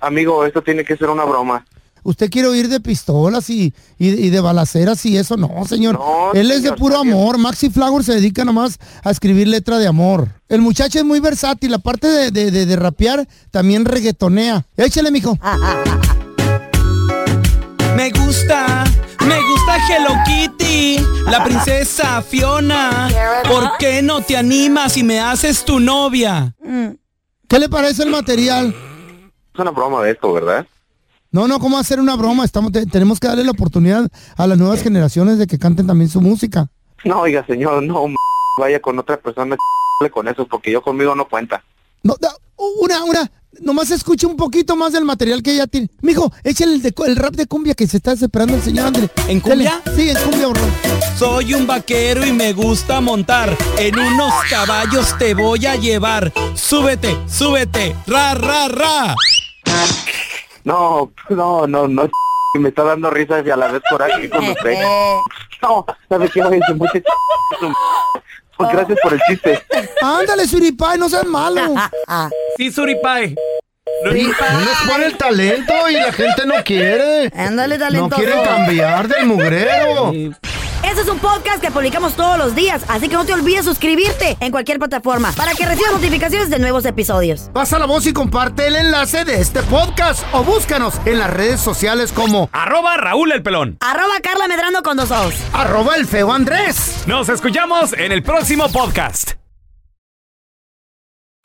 Speaker 21: Amigo, esto tiene que ser una broma.
Speaker 4: Usted quiere oír de pistolas y, y, y de balaceras y eso. No, señor.
Speaker 21: No,
Speaker 4: Él es de
Speaker 21: señor,
Speaker 4: puro amor. Maxi Flower se dedica nomás a escribir letra de amor. El muchacho es muy versátil. Aparte de, de, de- de rapear, también reggaetonea. Échale, mijo.
Speaker 2: Me gusta, me gusta Hello Kitty, la princesa Fiona. ¿Por qué no te animas y me haces tu novia?
Speaker 11: Mm.
Speaker 4: ¿Qué le parece el material?
Speaker 21: Es una broma de esto, ¿verdad?
Speaker 4: No, no, ¿cómo hacer una broma? Estamos, te- tenemos que darle la oportunidad a las nuevas generaciones de que canten también su música.
Speaker 21: No, oiga, señor, no, m- vaya con otra persona con eso, porque yo conmigo no cuenta.
Speaker 4: No, da- una, una. Nomás escuche un poquito más del material que ella tiene. Mijo, échale el, de cu- el rap de cumbia que se está esperando el señor Andrés.
Speaker 2: ¿En cumbia?
Speaker 4: Sí, en cumbia, bro.
Speaker 2: Soy un vaquero y me gusta montar. En unos caballos te voy a llevar. Súbete, súbete, ra, ra, ra.
Speaker 21: No, no, no, no, y me está dando risa y a la vez coraje con usted.
Speaker 11: Eh,
Speaker 15: Oh.
Speaker 21: No, ¿sabe qué? Váyase, mucho Pues gracias por el chiste.
Speaker 4: Ándale, Suripay, no seas malo.
Speaker 11: Sí, Suripai.
Speaker 15: No nos pone el talento y la gente no quiere.
Speaker 3: Ándale,
Speaker 15: No
Speaker 3: talentoso.
Speaker 15: quieren cambiar del mugrero.
Speaker 3: Este es un podcast que publicamos todos los días, así que no te olvides suscribirte en cualquier plataforma para que recibas notificaciones de nuevos episodios.
Speaker 15: Pasa la voz y comparte el enlace de este podcast o búscanos en las redes sociales como
Speaker 11: Arroba Raúl el pelón.
Speaker 3: Arroba Carla Medrano con dos ojos.
Speaker 15: arroba el feo Andrés.
Speaker 11: Nos escuchamos en el próximo podcast.